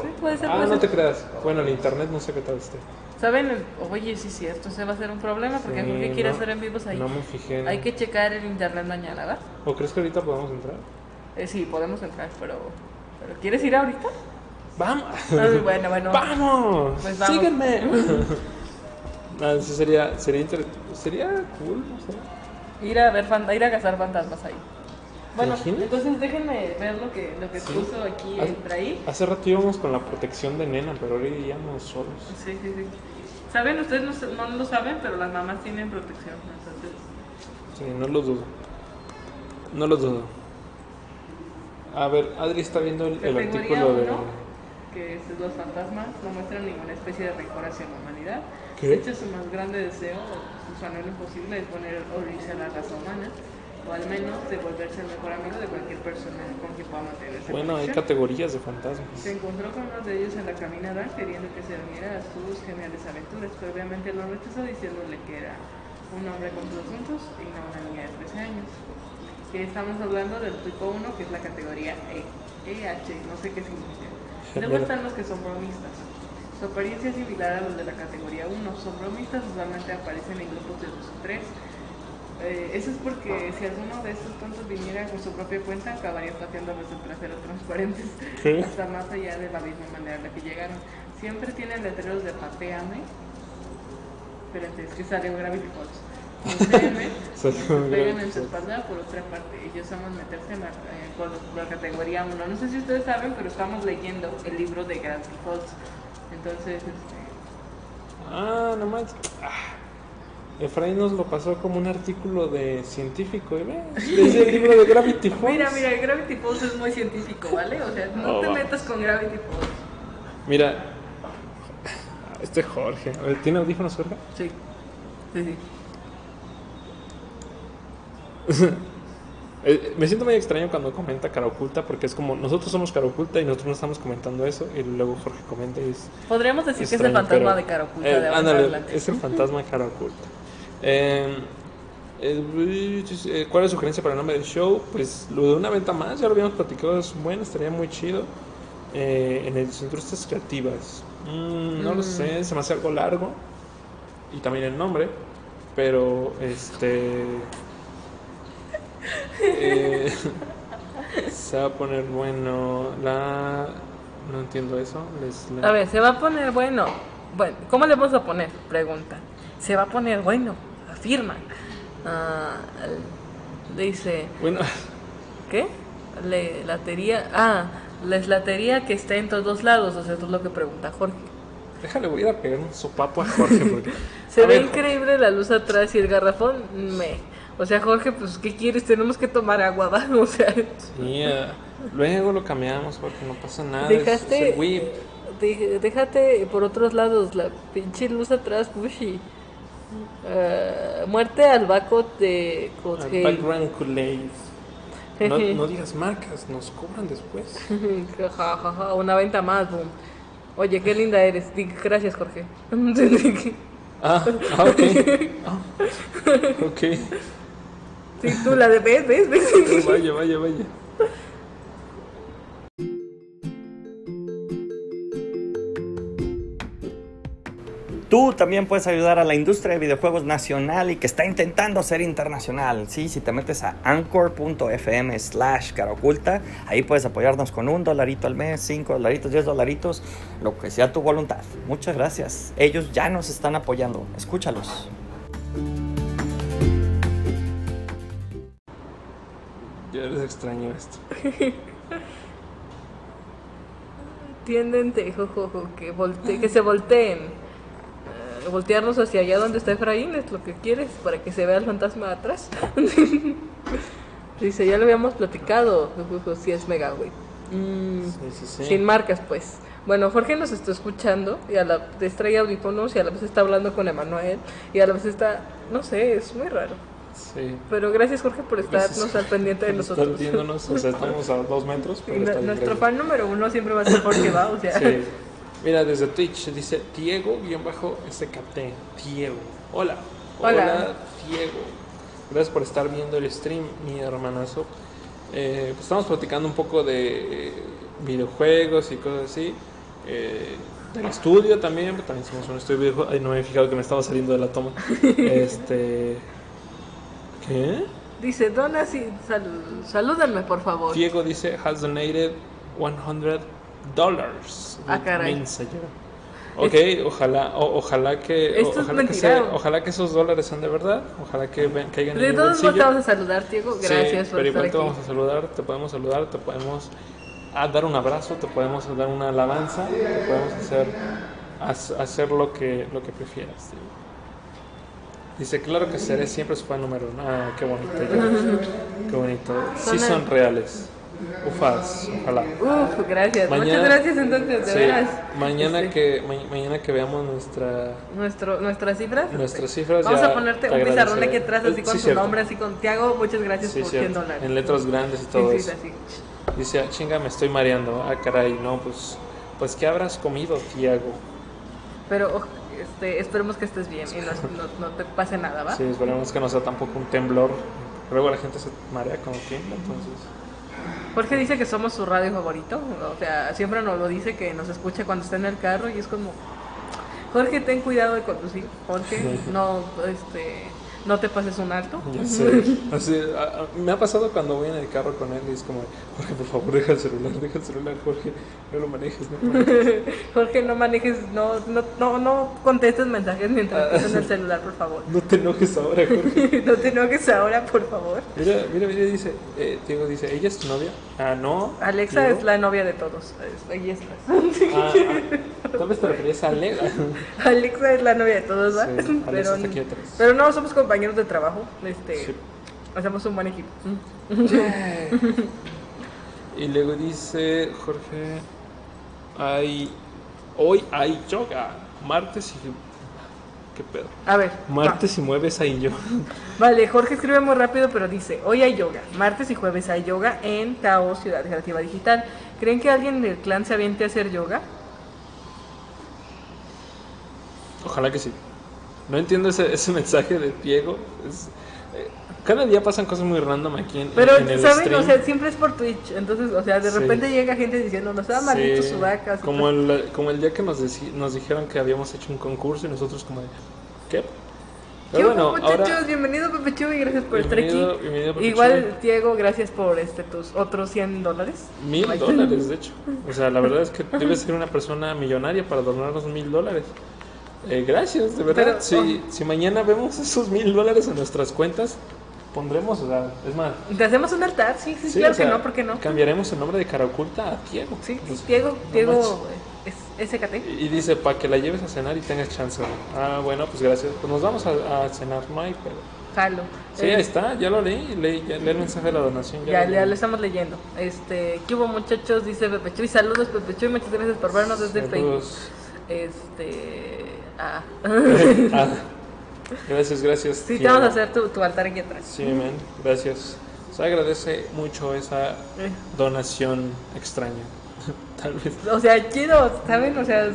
Sí, puede ser.
Ah,
puede
no
ser.
te creas. Bueno, el internet no sé qué tal esté.
Saben, el- oye, sí es cierto, ese va a ser un problema porque
Sí,
Jorge quiere
no-
hacer en vivos ahí.
No me fijé.
Hay que checar el internet mañana, ¿verdad?
¿O crees que ahorita podemos entrar?
Eh, sí, podemos entrar, pero, pero ¿quieres ir ahorita?
¡Vamos!
Ay, bueno, bueno.
[laughs] ¡Vamos!
Pues vamos. [laughs]
¡Síguenme! Ah, sí sería, sería, inter- sería cool, no sé.
Ir a ver, fan- ir a cazar fantasmas ahí. Bueno,
¿Te imaginas?
entonces déjenme ver lo que, lo que
Sí.
puso aquí
Haz-
Efraín.
Hace rato íbamos con la protección de nena, pero ahora iríamos solos.
Sí, sí, sí. Saben, ustedes no, se- no lo saben, pero las mamás tienen protección. Entonces,
Sí, no lo dudo. No lo dudo. A ver, Adri está viendo el, el
Categoría
artículo de...
uno. que es- los fantasmas no muestran ninguna especie de rencor hacia la humanidad.
¿Qué?
De hecho, su más grande deseo, o su anhelo imposible, es poner orillas a la raza humana, o al menos de volverse el mejor amigo de cualquier persona con quien pueda mantenerse.
Bueno, hay
conexión.
categorías de fantasmas.
Se encontró con uno de ellos en la caminada queriendo que se uniera a sus geniales aventuras, pero obviamente lo rechazó diciéndole que era un hombre con sus asuntos y no una niña de 13 años. Que estamos hablando del tipo 1, que es la categoría E, EH, no sé qué significa. Luego
Mira.
están los que son bromistas. Su apariencia es similar a los de la categoría 1. Son bromistas, usualmente aparecen en grupos de 2 o 3. Eh, eso es porque si alguno de estos tontos viniera con su propia cuenta, acabarían pateándoles el trasero transparentes
¿Qué?
hasta más allá de la misma manera en la que llegaron. Siempre tienen letreros de pateame. Espérate, es que sale un Gravity Falls. Pateame,
[laughs] Sale
se
un
pegan
Gravity
en su
Falls.
espalda por otra parte. Ellos aman meterse en la, eh, con los- la categoría 1. No sé si ustedes saben, pero estamos leyendo el libro de Gravity Falls. Entonces, este,
Ah, no manches. Ah. Efraín nos lo pasó como un artículo de científico, ¿eh?
[laughs]
Es el libro de Gravity Falls.
mira, mira, el Gravity Falls es muy científico, ¿vale? O sea, no
Oh,
te
va.
metas con Gravity Falls.
Mira. Este Jorge. A ver, ¿Tiene audífonos, Jorge?
Sí, sí, sí.
Eh, me siento muy extraño cuando comenta cara oculta porque es como nosotros somos cara oculta y nosotros no estamos comentando eso y luego Jorge comenta y es
Podríamos decir que es el
extraño,
fantasma
pero-
de cara oculta.
Eh,
de ahora en
ándale,
adelante.
es el fantasma de cara oculta. Eh, eh, eh, ¿Cuál es su sugerencia para el nombre del show? Pues lo de una venta más, ya lo habíamos platicado, es bueno, estaría muy chido. eh, en las industrias creativas. Mm, no
Mm.
lo sé, se me hace algo largo. Y también el nombre. Pero este. eh, [laughs] se va a poner bueno. La. No entiendo eso. les- la-
A ver, se va a poner bueno. Bueno, ¿cómo le vamos a poner? Pregunta. Se va a poner bueno, afirma. Ah, al- dice,
Bueno,
¿qué? Le- latería, ah, la eslatería que está en todos lados, o sea, eso es lo que pregunta Jorge.
déjale, voy a ir a pegar un sopapo a Jorge. Porque,
[laughs] Se
A
ve
ver,
increíble la luz atrás y el garrafón, me. O sea, Jorge, pues, ¿qué quieres? Tenemos que tomar agua, [laughs] ¿va? O sea,
Sí, eh, luego lo cambiamos porque no pasa nada. es-
Dejaste-
es el whip.
Dej- Déjate por otros lados, la pinche luz atrás, Bushi. Ah, muerte al Baco de
Al
Kotkei.
background Kool-Aid. No, no digas marcas, nos cobran
[laughs]
después.
Ja, ja, ja, Una venta más, boom. Oye, qué linda eres. Di- Gracias, Jorge. [laughs]
Ah, ah, ok. Ah, ok.
Sí, tú la de ves, ves, ves.
Oh, vaya, vaya, vaya.
Tú también puedes ayudar a la industria de videojuegos nacional y que está intentando ser internacional. Sí, si te metes a anchor.fm slash caraoculta, ahí puedes apoyarnos con un dolarito al mes, cinco dolaritos, diez dolaritos, lo que sea tu voluntad. Muchas gracias. Ellos ya nos están apoyando. Escúchalos.
Yo les extraño esto.
Tiéndente, jojojo, que, volte- que se volteen. Eh, voltearnos hacia allá donde está Efraín es lo que quieres, para que se vea el fantasma atrás. [laughs] Dice, ya lo habíamos platicado, jojojo, sí es mega, güey. Mm,
Sí, sí, sí.
Sin marcas, pues. Bueno, Jorge nos está escuchando y a la te trae audífonos y a la vez está hablando con Emanuel y a la vez está, no sé, es muy raro.
Sí.
Pero gracias Jorge por
Gracias.
estarnos al pendiente de
Están
nosotros.
viéndonos, o sea, estamos a dos metros,
Y
pero
nu-
está bien,
nuestro
gracias.
fan número uno siempre va a ser Jorge, va, o sea.
Sí. Mira, desde Twitch dice Diego-SKT. Diego. Hola.
Hola.
Diego. Gracias por estar viendo el stream, mi hermanazo. Eh, pues estamos platicando un poco de eh, videojuegos y cosas así. Eh, del estudio también, pues también somos un estudio de videojuegos. Ay, no me he fijado que me estaba saliendo de la toma. este. ¿Qué?
Dice, dona, sí, sal- salúdenme por favor.
Diego dice has donated 100 dólares.
Ah, caray.
Ok, ojalá, o- ojalá que,
Esto es
o- ojalá, que
mentira.
se- ojalá que esos dólares sean de verdad, ojalá que ven- caigan en
De
el
todos modos te
bolsillo.
vamos a saludar, Diego.
Sí,
Gracias por
pero
estar
igual
aquí.
te vamos a saludar, te podemos saludar, te podemos ah, dar un abrazo, te podemos dar una alabanza, te podemos hacer, haz- hacer lo, que, lo que prefieras. sí. Dice, claro que seré siempre su fan número uno. Ah, qué bonito. ya. Qué bonito. Sí
Son-
son reales. Ufas, ojalá.
Uf, gracias. Muchas
Mañana-
gracias entonces, de
Sí,
veras.
mañana,
Este,
que, ma- mañana que veamos nuestra,
Nuestro, nuestras cifras. este,
nuestras cifras.
Vamos
ya
a ponerte
te
un pizarrón
agradeceré.
aquí atrás, así
Sí,
con tu
cierto.
nombre, así con Tiago. Muchas gracias
Sí,
por 100
cierto.
dólares.
En letras grandes y
Sí,
todo
sí,
eso.
así.
Dice, ah, chinga, me estoy mareando. Ah, caray, no, pues, pues ¿qué habrás comido, Tiago?
Pero oj, este, esperemos que estés bien y no, no- no te pase nada, ¿va?
Sí, esperemos que no sea tampoco un temblor. Luego la gente se marea cuando tiembla, entonces.
Jorge dice que somos su radio favorito. O sea, siempre nos lo dice que nos escucha cuando está en el carro y es como. Jorge, ten cuidado de conducir. Jorge, no, este, no te pases un alto.
Ya sé. Así, ah, ah, me ha pasado cuando voy en el carro con él y es como, Jorge, por favor, deja el celular, deja el celular, Jorge, no lo manejes, no lo manejes".
[laughs] Jorge, no manejes, no, no, no, no contestes mensajes mientras estás en el celular, por favor. [laughs]
No te enojes ahora, Jorge.
no te enojes ahora, por favor.
Mira, mira, mira, dice, eh, Diego dice, ¿ella es tu novia? Ah, no.
Alexa
Diego.
es la novia de todos. Es- Ahí estás.
Ah, ah, tal vez te referías a Alexa.
[laughs] Alexa es la novia de todos, ¿va?
Sí, Alexa
pero,
está aquí atrás.
pero no, somos compañeros de trabajo. Este,
Sí.
Hacemos un buen equipo.
Y luego dice Jorge, hay, hoy hay yoga, martes y... ¿Qué pedo?
A ver.
Martes y mueves ahí yo.
va. Vale, Jorge escribe muy rápido, pero dice, hoy hay yoga. Martes y jueves hay yoga en Caos Ciudad Creativa Digital. ¿Creen que alguien del clan se aviente a hacer yoga?
Ojalá que sí. No entiendo ese, ese mensaje de Diego. Es, eh, Cada día pasan cosas muy random aquí en,
Pero,
en el
¿saben?
stream.
O sea, siempre es por Twitch. Entonces, o sea, de
Sí.
repente llega gente diciendo, nos
Sí,
estaban malito su vaca. su
Como
perro".
el, como el día que nos, deci- nos dijeron que habíamos hecho un concurso y nosotros como de, ¿qué?
¿Qué
Pero
hubo,
bueno,
muchachos?
ahora...
Bienvenido, Pepe Chuy, gracias por estar aquí.
Bienvenido- bienvenido, Pepe
Igual, Diego, gracias por este tus otros 100 dólares.
Mil
Ay,
dólares, de hecho. O sea, la verdad es que debes ser una persona millonaria para donarnos mil dólares. Eh, gracias, de verdad.
Pero, oh.
si, si mañana vemos esos mil dólares en nuestras cuentas, pondremos, o sea, es más.
Te hacemos un altar, sí, sí,
sí,
claro
o sea,
que no, ¿por qué no?
Cambiaremos el nombre de Caraculta a Diego.
Sí, sí,
O sea,
Diego,
no
Diego
manches.
es SKT.
Y y dice, para que la lleves a cenar y tengas chance. Ah, bueno, pues gracias. Pues nos vamos a, a cenar, no hay pedo.
Jalo.
Sí,
Eh,
ahí está, ya lo leí, leí, ya leí el mensaje de la donación.
Ya,
lo
ya
leí.
lo estamos leyendo. Este, ¿qué hubo muchachos? Dice Pepe Chuy. Saludos Pepe Chuy, muchas gracias por vernos desde el Facebook.
Saludos.
Este, ah. [laughs]
[laughs] Ah, gracias, gracias.
Sí, te
tío.
vamos a hacer tu, tu altar aquí atrás.
Sí, man, gracias. Se agradece mucho esa
Eh,
donación extraña. [laughs] Tal vez.
O sea, chido, ¿saben? O sea,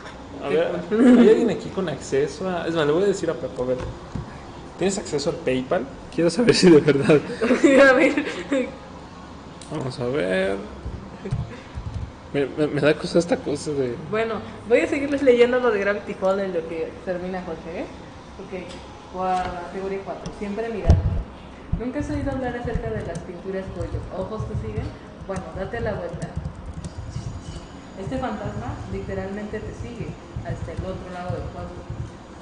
[laughs]
A ver, ¿hay alguien aquí con acceso a.? Es más, le voy a decir a Pepo, a ver. ¿Tienes acceso al PayPal? Quiero saber si de verdad.
a ver.
Vamos a ver. Me, me- me da cosa esta cosa de.
Bueno, voy a seguirles leyendo lo de Gravity Falls en lo que termina Jorge, ¿eh? Ok, cua- categoría 4. Siempre mirando. Nunca has oído hablar acerca de las pinturas cuello. ¿Ojos te siguen? Bueno, date la vuelta. Este fantasma literalmente te sigue hasta el otro lado del cuarto.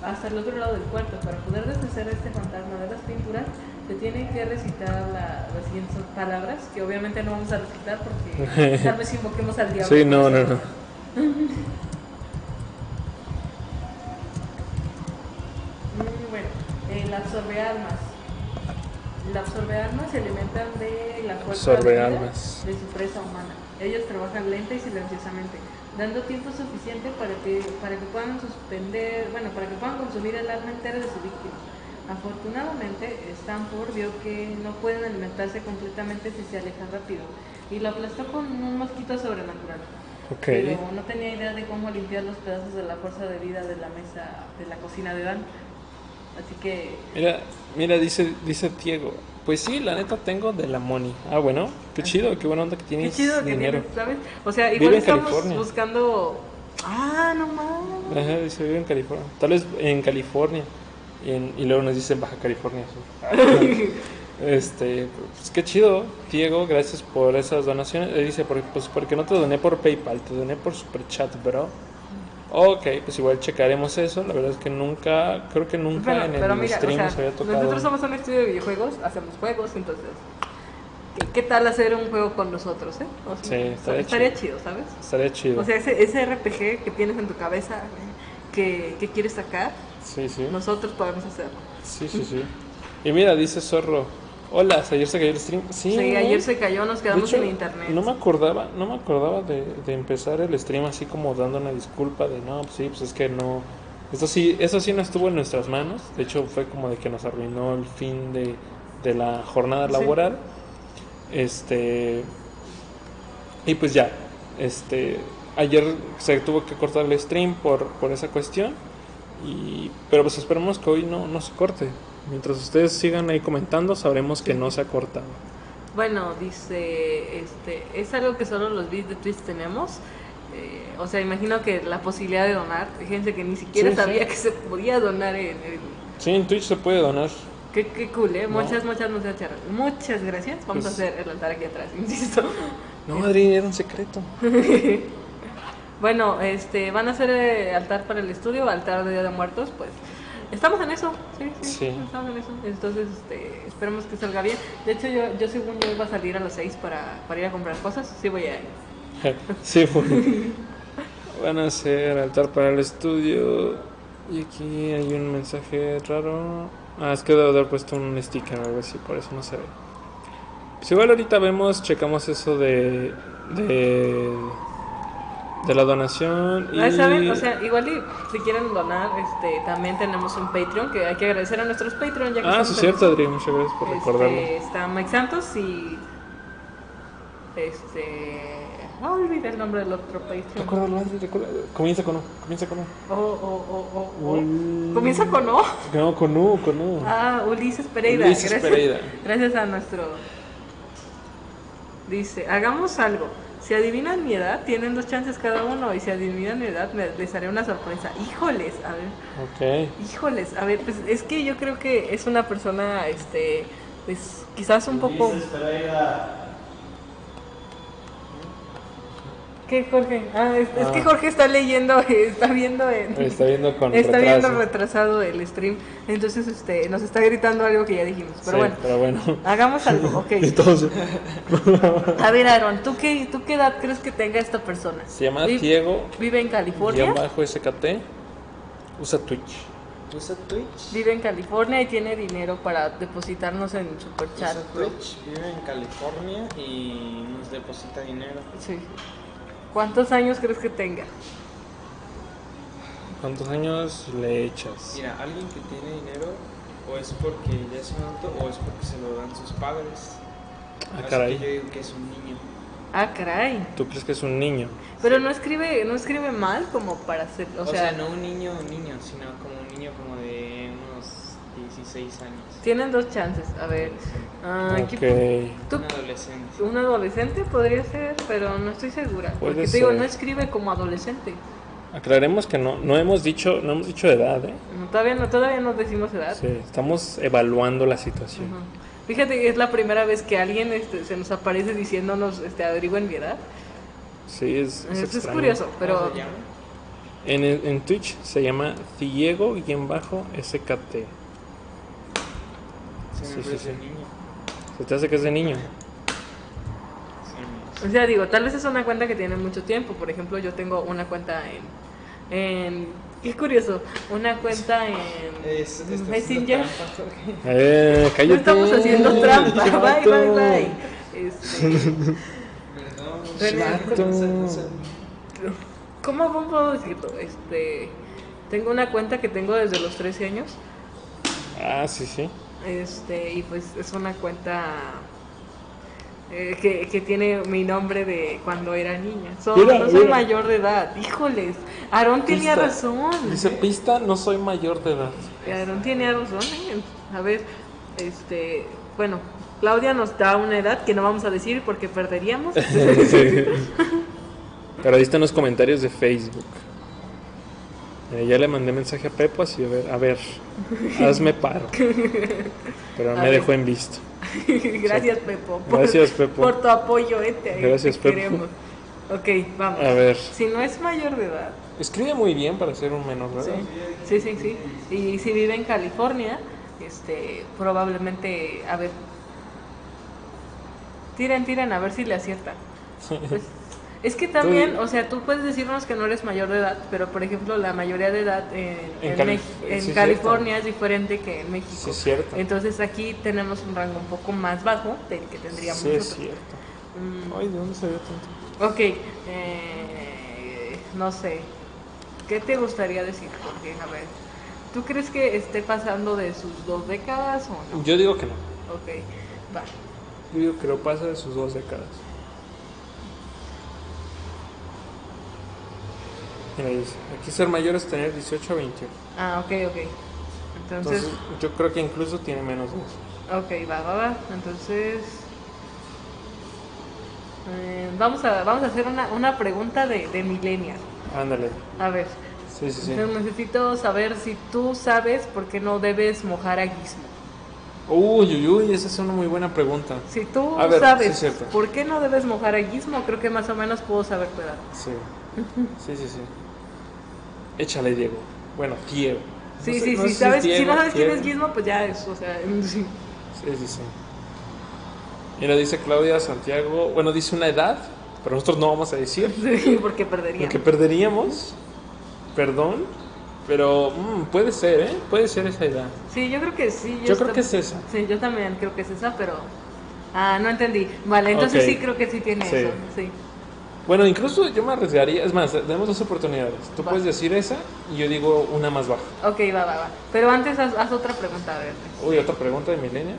Hasta el otro lado del cuarto. Para poder deshacer a este fantasma de las pinturas, se tienen que recitar la- las siguientes palabras, que obviamente no vamos a recitar
[laughs]
porque tal vez invoquemos al diablo.
Sí, no, no, no.
Mm, Bueno, el absorbe almas. El absorbe almas se alimentan de la fuerza
Absorbe
vida
almas.
de su presa humana. Ellos trabajan lenta y silenciosamente, dando tiempo suficiente para que, para que puedan suspender, bueno, para que puedan consumir el alma entera de su víctima. Afortunadamente, Stanford vio que no pueden alimentarse completamente si se alejan rápido y lo aplastó con un mosquito sobrenatural.
Ok.
Pero no tenía idea de cómo limpiar los pedazos de la fuerza de vida de la mesa de la cocina de Dan. Así que.
Mira, mira, dice, dice Diego. Pues sí, la neta tengo de la money. Ah, bueno, qué chido, qué buena onda que
Qué
tienes
chido que
dinero.
tienes, ¿sabes? O sea,
Vive
igual
en
estamos
California.
buscando. Ah, no mames.
Ajá, dice, vive en California. Tal vez en California. Y, en- y luego nos dicen Baja California.
[laughs]
sí. este, pues qué chido, Diego, gracias por esas donaciones. Eh, dice, por- pues porque no te doné por PayPal, te doné por Superchat, bro. Ok, pues igual checaremos eso. La verdad es que nunca, creo que nunca
Pero,
en
pero
el
mira, o
stream
sea,
se había tocado.
nosotros somos un estudio de videojuegos, hacemos juegos, entonces. ¿Qué, qué tal hacer un juego con nosotros, eh? O sea,
Sí, estaría
chido, ¿sabes?
Estaría chido.
O sea, ese, ese RPG que tienes en tu cabeza que, que quieres sacar,
sí, sí.
nosotros podemos hacerlo.
Sí, sí, sí. Y mira, dice Zorro. Hola, ayer se cayó el stream. Sí,
Sí,
¿no?
ayer se cayó, nos
De
quedamos
hecho,
sin internet.
No me acordaba, no me acordaba de, de empezar el stream así como dando una disculpa de no, pues sí, pues es que no. Eso sí, eso sí no estuvo en nuestras manos. De hecho, fue como de que nos arruinó el fin de, de la jornada
Sí.
laboral. Este. Y pues ya. Este. Ayer se tuvo que cortar el stream por, por esa cuestión. Y, pero pues esperemos que hoy no, no se corte. Mientras ustedes sigan ahí comentando, sabremos que no se ha cortado.
Bueno, dice, este, es algo que solo los bits de Twitch tenemos. Eh, o sea, imagino que la posibilidad de donar, hay gente que ni siquiera
Sí,
sabía
sí.
que se podía donar en, en-
Sí, en Twitch se puede donar.
Qué, qué cool, ¿eh?
No.
Muchas, muchas, muchas, charlas. muchas gracias. Vamos a
Pues-
hacer el altar aquí atrás, insisto.
No, Adri, era un secreto.
Bueno, este, van a hacer eh, altar para el estudio, altar de Día de Muertos, pues estamos en eso, sí, sí,
Sí.
estamos en eso. Entonces, este, esperemos que salga bien. De hecho, yo, yo según yo iba a salir a las 6 para, para ir a comprar cosas, sí voy a ir.
[laughs] sí, fue. Van a hacer altar para el estudio. Y aquí hay un mensaje raro. Ah, es que debo haber puesto un sticker o algo así, por eso no se ve. Pues igual ahorita vemos, checamos eso de. de. de la donación. Y...
Ah, ¿Saben? O sea, igual y si quieren donar, este, también tenemos un Patreon que hay que agradecer a nuestros Patreon ya que
ah,
estamos
sí, es
en
cierto,
eso.
Adri, muchas gracias por
Este,
recordarlo.
está Mike Santos y este Ah, olvidé el nombre del otro país.
Recuérdalo, Adri, recuérdalo. Comienza con O, comienza con O.
Oh, oh, oh, oh, oh.
Ul-
Comienza con O.
No, con U, con U.
Ah, Ulises Pereira.
Ulises
gracias,
Pereira.
Gracias a nuestro. Dice, hagamos algo. Si adivinan mi edad, tienen dos chances cada uno. Y si adivinan mi edad, me- les haré una sorpresa. Híjoles, a ver.
Ok.
Híjoles, a ver, pues es que yo creo que es una persona, este, pues quizás un poco... ¿Qué, Jorge? Ah, es, es que
Ah.
Jorge está leyendo, [laughs] está viendo en...
Está viendo con
Está
retraso.
viendo retrasado el stream, entonces este nos está gritando algo que ya dijimos, pero
Sí,
bueno,
pero
[laughs]
bueno.
hagamos algo,
[laughs] Y
ok.
todos-
A ver, Aaron, ¿tú qué, ¿tú qué edad crees que tenga esta persona?
Se llama
Vi-
Diego,
Vive en
guión
California,
bajo SKT, usa Twitch.
¿Usa Pues Twitch?
vive en California y tiene dinero para depositarnos en Superchat.
Usa Twitch, vive en California y nos deposita dinero.
Sí. ¿Cuántos años crees que tenga?
¿Cuántos años le echas?
Mira, alguien que tiene dinero o es porque ya es un adulto o es porque se lo dan sus padres.
Ah,
Así
caray.
que yo digo que es un niño.
Ah, caray.
¿Tú crees que es un niño?
Pero no escribe, no escribe mal como para hacer, o,
O,
sea,
sea, no un niño, un niño, sino como un niño como de unos 16 años.
tienen dos chances. A ver, ah, aquí-
Ok.
¿tú
Un adolescente.
Un adolescente podría ser, pero no estoy segura.
Puede
porque te digo,
ser.
no escribe como adolescente.
Aclaremos que no, no hemos dicho, no hemos dicho edad, ¿eh?
No, todavía, no, todavía no decimos edad.
Sí, estamos evaluando la situación.
Ujú. Fíjate que es la primera vez que alguien este, se nos aparece diciéndonos, este, averigüen mi edad.
Sí, es, es
Eso es
extraño.
curioso, pero...
¿Cómo se llama?
En, el- en Twitch se llama Diego-SKT. Sí,
Se me
sí,
parece
sí.
un niño.
¿Se te hace que es de niño?
Sí, no.
O sea, digo, tal vez es una cuenta que tiene mucho tiempo. Por ejemplo, yo tengo una cuenta en... en qué curioso, una cuenta en...
Es, estás haciendo
Messenger.
trampa, Jorge.
Eh,
No
cállate.
estamos haciendo trampa. Bye, bye,
Chato.
bye.
[laughs]
Este,
Perdón,
Chato.
no sé, no sé.
¿Cómo cómo puedo decirlo? Este, tengo una cuenta que tengo desde los 13 años.
Ah, sí, sí.
Este, y pues es una cuenta eh, que, que tiene mi nombre de cuando era niña. So-
Mira,
no soy
mira.
mayor de edad. Híjoles, Aarón tenía
Pista.
razón.
Dice pista, no soy mayor de [laughs] edad.
Aarón tenía razón. eh. A ver, este, bueno, Claudia nos da una edad que no vamos a decir
[laughs]
porque perderíamos.
Pero ahí están los comentarios de Facebook. Eh, ya le mandé mensaje a Pepo así, a ver, a ver, hazme paro. Pero
A
me
ver.
dejó en visto.
[laughs] Gracias, Pepo.
Gracias, Pepo.
Por tu apoyo, eh, te-
Gracias,
te
Pepo.
queremos. Ok, vamos.
A ver.
Si no es mayor de edad,
Escribe muy bien para ser un menor,
sí,
¿verdad?
sí, sí, sí. Y si vive en California, este, probablemente, a ver. Tiren, tiren, a ver si le acierta. Pues, es que también,
Tú-
o sea, tú puedes decirnos que no eres mayor de edad, pero por ejemplo, la mayoría de edad en,
En
en
Cali-
Mex-
sí,
en
es cierto.
California es diferente que en México.
Sí, es cierto.
Entonces aquí tenemos un rango un poco más bajo del que tendríamos
Sí, es
nosotros.
cierto.
Mm,
Ay, ¿de dónde salió tanto?
ok, eh, no sé. ¿Qué te gustaría decir, Jorge? A ver, ¿tú crees que esté pasando de sus dos décadas o no?
Yo digo que no.
Ok, va.
Yo digo que lo pasa de sus dos décadas. Mira, dice, aquí ser mayor es tener 18 a 21.
Ah, ok, ok. Entonces,
Entonces, yo creo que incluso tiene menos de eso.
ok, va, va, va. Entonces, eh, vamos, a, vamos a hacer una, una pregunta de, de millennial.
Ándale.
A ver,
Sí, sí, sí.
necesito saber si tú sabes por qué no debes mojar a Gizmo.
Uy, uy, uy, esa es una muy buena pregunta.
Si tú
A ver, sí
sabes
es cierto.
por qué no debes mojar a Gizmo, creo que más o menos puedo saber tu edad.
Sí. Sí, sí, sí. Échale, Diego. Bueno, Diego. No sé-
Sí, sí,
no
sí.
sé es
sabes, si
Diego,
no sabes quién
Diego.
es Gizmo, pues ya es, o sea, [laughs] sí.
Sí, sí, sí. Mira, dice Claudia Santiago. Bueno, dice una edad, pero nosotros no vamos a decir.
Sí, porque perdería.
Lo que perderíamos, perdón, pero mm, puede ser, ¿eh? Puede ser esa edad.
Sí, yo creo que sí.
Yo creo
tam-
que es esa.
Sí, yo también creo que es esa, pero. Ah, no entendí. Vale, entonces
Ok.
sí creo que sí tiene
Sí.
eso. Sí.
Bueno, incluso yo me arriesgaría, es más, tenemos dos oportunidades. Tú
Va.
puedes decir esa y yo digo una más baja.
Ok, va, va, va. Pero antes haz, haz otra pregunta, a ver.
Uy, otra pregunta de Milenia.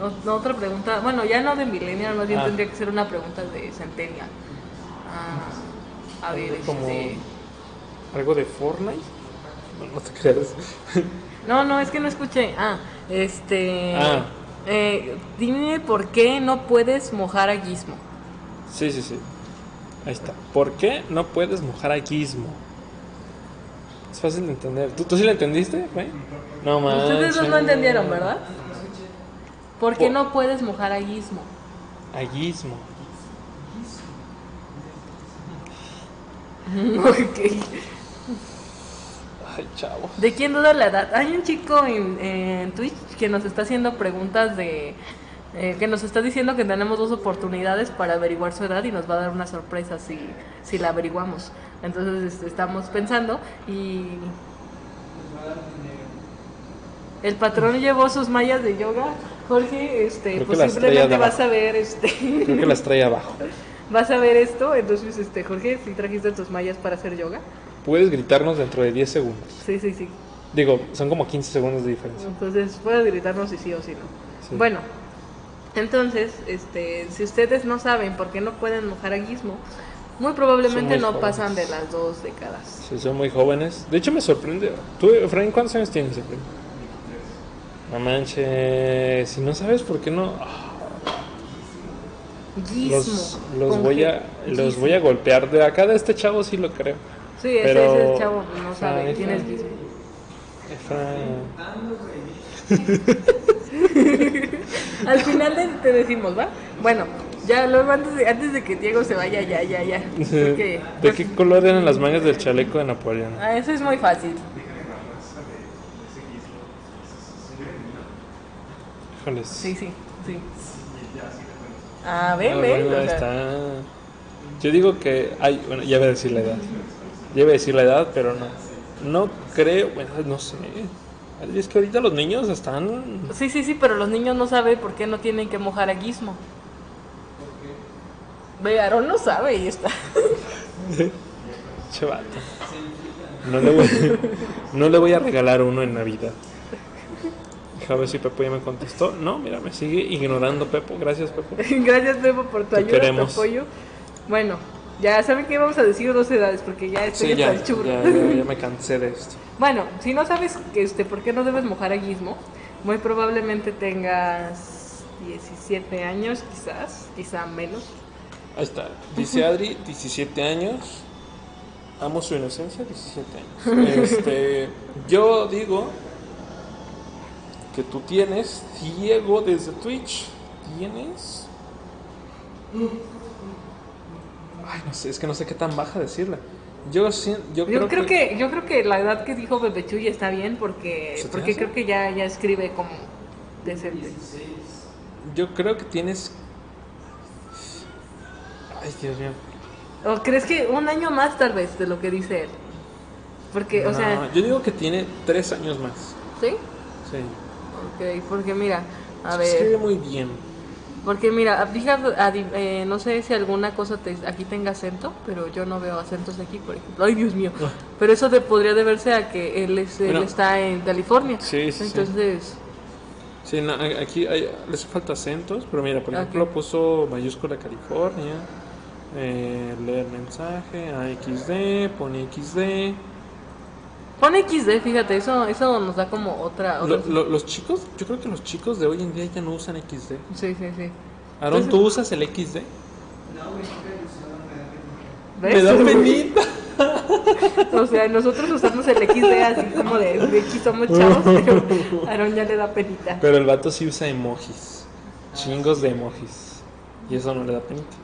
O- otra pregunta. Bueno, ya no de Millennial, más bien
Ah.
tendría que ser una pregunta de Centennial. Ah, a ver,
Como
este...
algo de Fortnite. No, no te creas.
No, no, es que no escuché. Ah, este...
Ah.
eh, dime por qué no puedes mojar a Gizmo.
Sí, sí, sí. Ahí está. ¿Por qué no puedes mojar a Gizmo? Es fácil de entender. ¿Tú, tú sí lo entendiste, güey? No mames.
Ustedes dos no entendieron, ¿verdad? ¿Por qué
Por-
no puedes mojar a Gizmo?
A Gizmo.
[laughs] ok.
Ay, chavo.
¿De quién duda la edad? Hay un chico en, en Twitch que nos está haciendo preguntas de... eh, que nos está diciendo que tenemos dos oportunidades para averiguar su edad y nos va a dar una sorpresa si, si la averiguamos. Entonces este, estamos pensando y... El patrón llevó sus mallas de yoga. Jorge, este,
Creo que
pues
las traía de
simplemente vas a
abajo.
ver este... [laughs]
Creo que las trae abajo.
Vas a ver esto, entonces, este, Jorge, si trajiste tus mallas para hacer yoga?
Puedes gritarnos dentro de 10 segundos.
Sí, sí, sí.
Digo, son como 15 segundos de diferencia.
Entonces, puedes gritarnos si sí o si no.
Sí.
Mm. Bueno, entonces, este, si ustedes no saben por qué no pueden mojar a Gizmo, muy probablemente
Son muy
no
jóvenes.
pasan de las dos décadas.
Sí, son muy jóvenes. De hecho, me sorprende. ¿Tú, Efraín, cuántos años tienes, Efraín? No manches. Si no sabes por qué no. ah,
Gizmo.
Los, los
con
voy
G.
a los
Gizmo.
voy a golpear. De acá de este chavo sí lo creo.
Sí, ese
pero- Ah,
es el chavo, no sabe
Ay,
quién es
ay.
Gizmo.
Efraín.
Al final de- te decimos, ¿va? Bueno, ya luego antes de, antes de que Diego se vaya, ya, ya, ya. Porque,
¿De qué color eran las mangas del chaleco de Napoleón?
Pues Ah, eso es muy fácil.
Híjoles.
Sí, sí, sí. Ah,
Ah,
ven, ven.
bueno,
o
ahí
sea,
está. Yo digo que hay, bueno, ya voy a decir la edad. Ya voy a decir la edad, pero no. No creo, bueno, no sé. Es que ahorita los niños están
Sí, sí, sí, pero los niños no saben por qué no tienen que mojar a Gizmo. Ve, Aarón no sabe y está. [laughs]
Che, vato. No le voy, [laughs] no le voy a regalar uno en Navidad. Deja ver si Pepo ya me contestó. No, mira, me sigue ignorando Pepo. Gracias, Pepo.
Gracias, Pepo, por tu
Te
ayuda,
queremos.
tu apoyo. Bueno, ya saben que vamos a decir dos edades porque ya estoy
Sí, ya,
hasta el churro.
ya, ya, ya me cansé de esto.
[laughs] Bueno, si no sabes este, por qué no debes mojar a Gizmo, muy probablemente tengas 17 años, quizás, quizá menos.
Ahí está. Dice Adri, 17 años. Amo su inocencia, 17 años. Este, yo digo que tú tienes, Diego desde Twitch, tienes... Ay, no sé, es que no sé qué tan baja decirla. Yo, sí- yo,
Yo creo, que, yo creo que la edad que dijo Pepe Chuy está bien porque,
¿Se te
porque
hace?
creo que ya, ya escribe como decente.
Yo creo que tienes... Ay, Dios mío.
¿O crees que un año más tal vez de lo que dice él? Porque, o
No,
sea,
yo digo que tiene tres años más.
¿sí?
Sí.
Ok, porque mira, a
Escribe
ver,
muy bien.
porque mira, fíjate, adi- eh, no sé si alguna cosa te, aquí tenga acento, pero yo no veo acentos aquí, por ejemplo. Ay, Dios mío. Pero eso te podría deberse a que él, es- él
Bueno.
está en California.
Sí, sí, sí.
Entonces,
Sí, no, a- aquí hay, les hace falta acentos, pero mira, por
Ok.
ejemplo, puso mayúscula California, eh, leer mensaje, AXD, pone XD.
pon XD, fíjate, eso eso nos da como otra...
Lo-
otra
lo- los chicos, yo creo que los chicos de hoy en día ya no usan XD.
Sí, sí, sí.
Aaron,
Entonces-
¿tú usas el XD?
¿Ves?
Me da penita.
[laughs] O sea, nosotros usamos el XD así como de, de aquí somos chavos, [laughs] pero a Aaron ya le da penita.
Pero el vato sí usa emojis,
Ah,
chingos de emojis. Y eso no le da penita.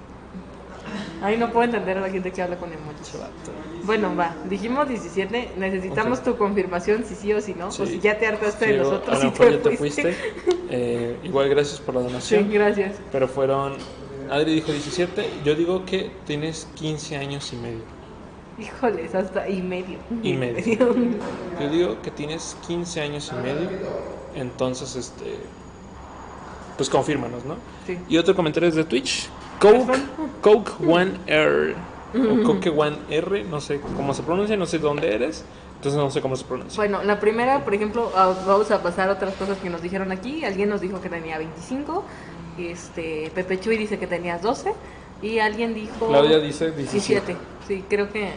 Ay, no puedo entender a la gente que habla con emojis.
Ese vato.
Bueno, va, dijimos 17, necesitamos
Ok.
tu confirmación si sí o si no, o
Sí.
si Pues ya te hartaste de
Diego,
nosotros
a
y
lo mejor
te,
ya te
fuiste.
fuiste. Eh, igual gracias por la
Sí,
donación.
gracias.
Pero fueron. Adri dijo 17. Yo digo que tienes 15 años y medio.
Híjoles, hasta y medio.
Y
[laughs]
medio. Yo digo que tienes 15 años y medio. Entonces, este. Pues confírmanos, ¿no?
Sí.
Y otro comentario es de Twitch. Coke, Coke One R. O Coke One R. No sé cómo se pronuncia, no sé dónde eres. Entonces no sé cómo se pronuncia.
Bueno, la primera, por ejemplo, ah, vamos a pasar a otras cosas que nos dijeron aquí. Alguien nos dijo que tenía 25. Este, Pepe Chuy dice que tenías 12. Y alguien dijo...
Claudia dice 17.
17. Sí, creo que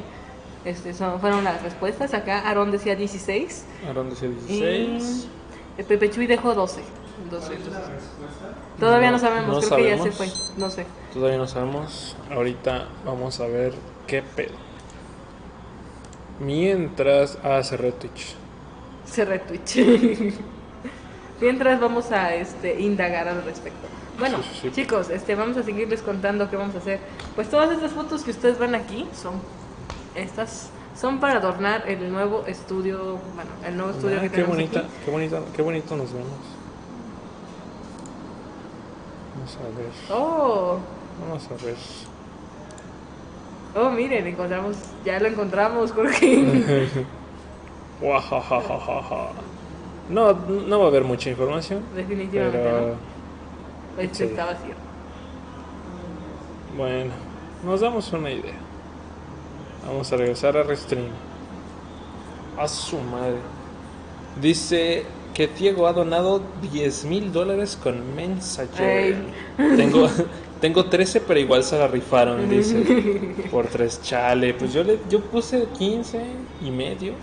este, son, fueron las respuestas. Acá Aarón decía 16.
Aarón decía 16.
Y eh, Pepe Chuy dejó 12. 12, entonces. Todavía no,
No,
sabemos,
no
creo que ya se
sabemos.
fue. No sé.
Todavía no sabemos. Ahorita vamos a ver qué pedo. Mientras ah, hace retweet.
Se retweet. [laughs] Mientras vamos a este, indagar al respecto. Bueno,
Sí, sí, sí.
chicos, este, vamos a seguirles contando qué vamos a hacer. Pues todas estas fotos que ustedes ven aquí son estas, son para adornar el nuevo estudio, bueno, el nuevo estudio
Ah,
que
qué
tenemos
bonita,
aquí.
qué bonita, qué bonito nos vemos. Vamos a ver.
Oh,
Vamos a ver.
oh, miren, encontramos, ya lo
[laughs]
encontramos, Jorge.
Guajajajaja. No, no va a haber mucha información.
Definitivamente,
Pero
¿no? Este
sí.
está vacío.
bueno, nos damos una idea. Vamos a regresar a Restream. A su madre. Dice que Diego ha donado 10 mil dólares con Messenger.
Ey.
Tengo, [laughs] tengo 13, pero igual se la rifaron, dice. Por 3 chale. Pues yo, le, yo puse 15 y medio.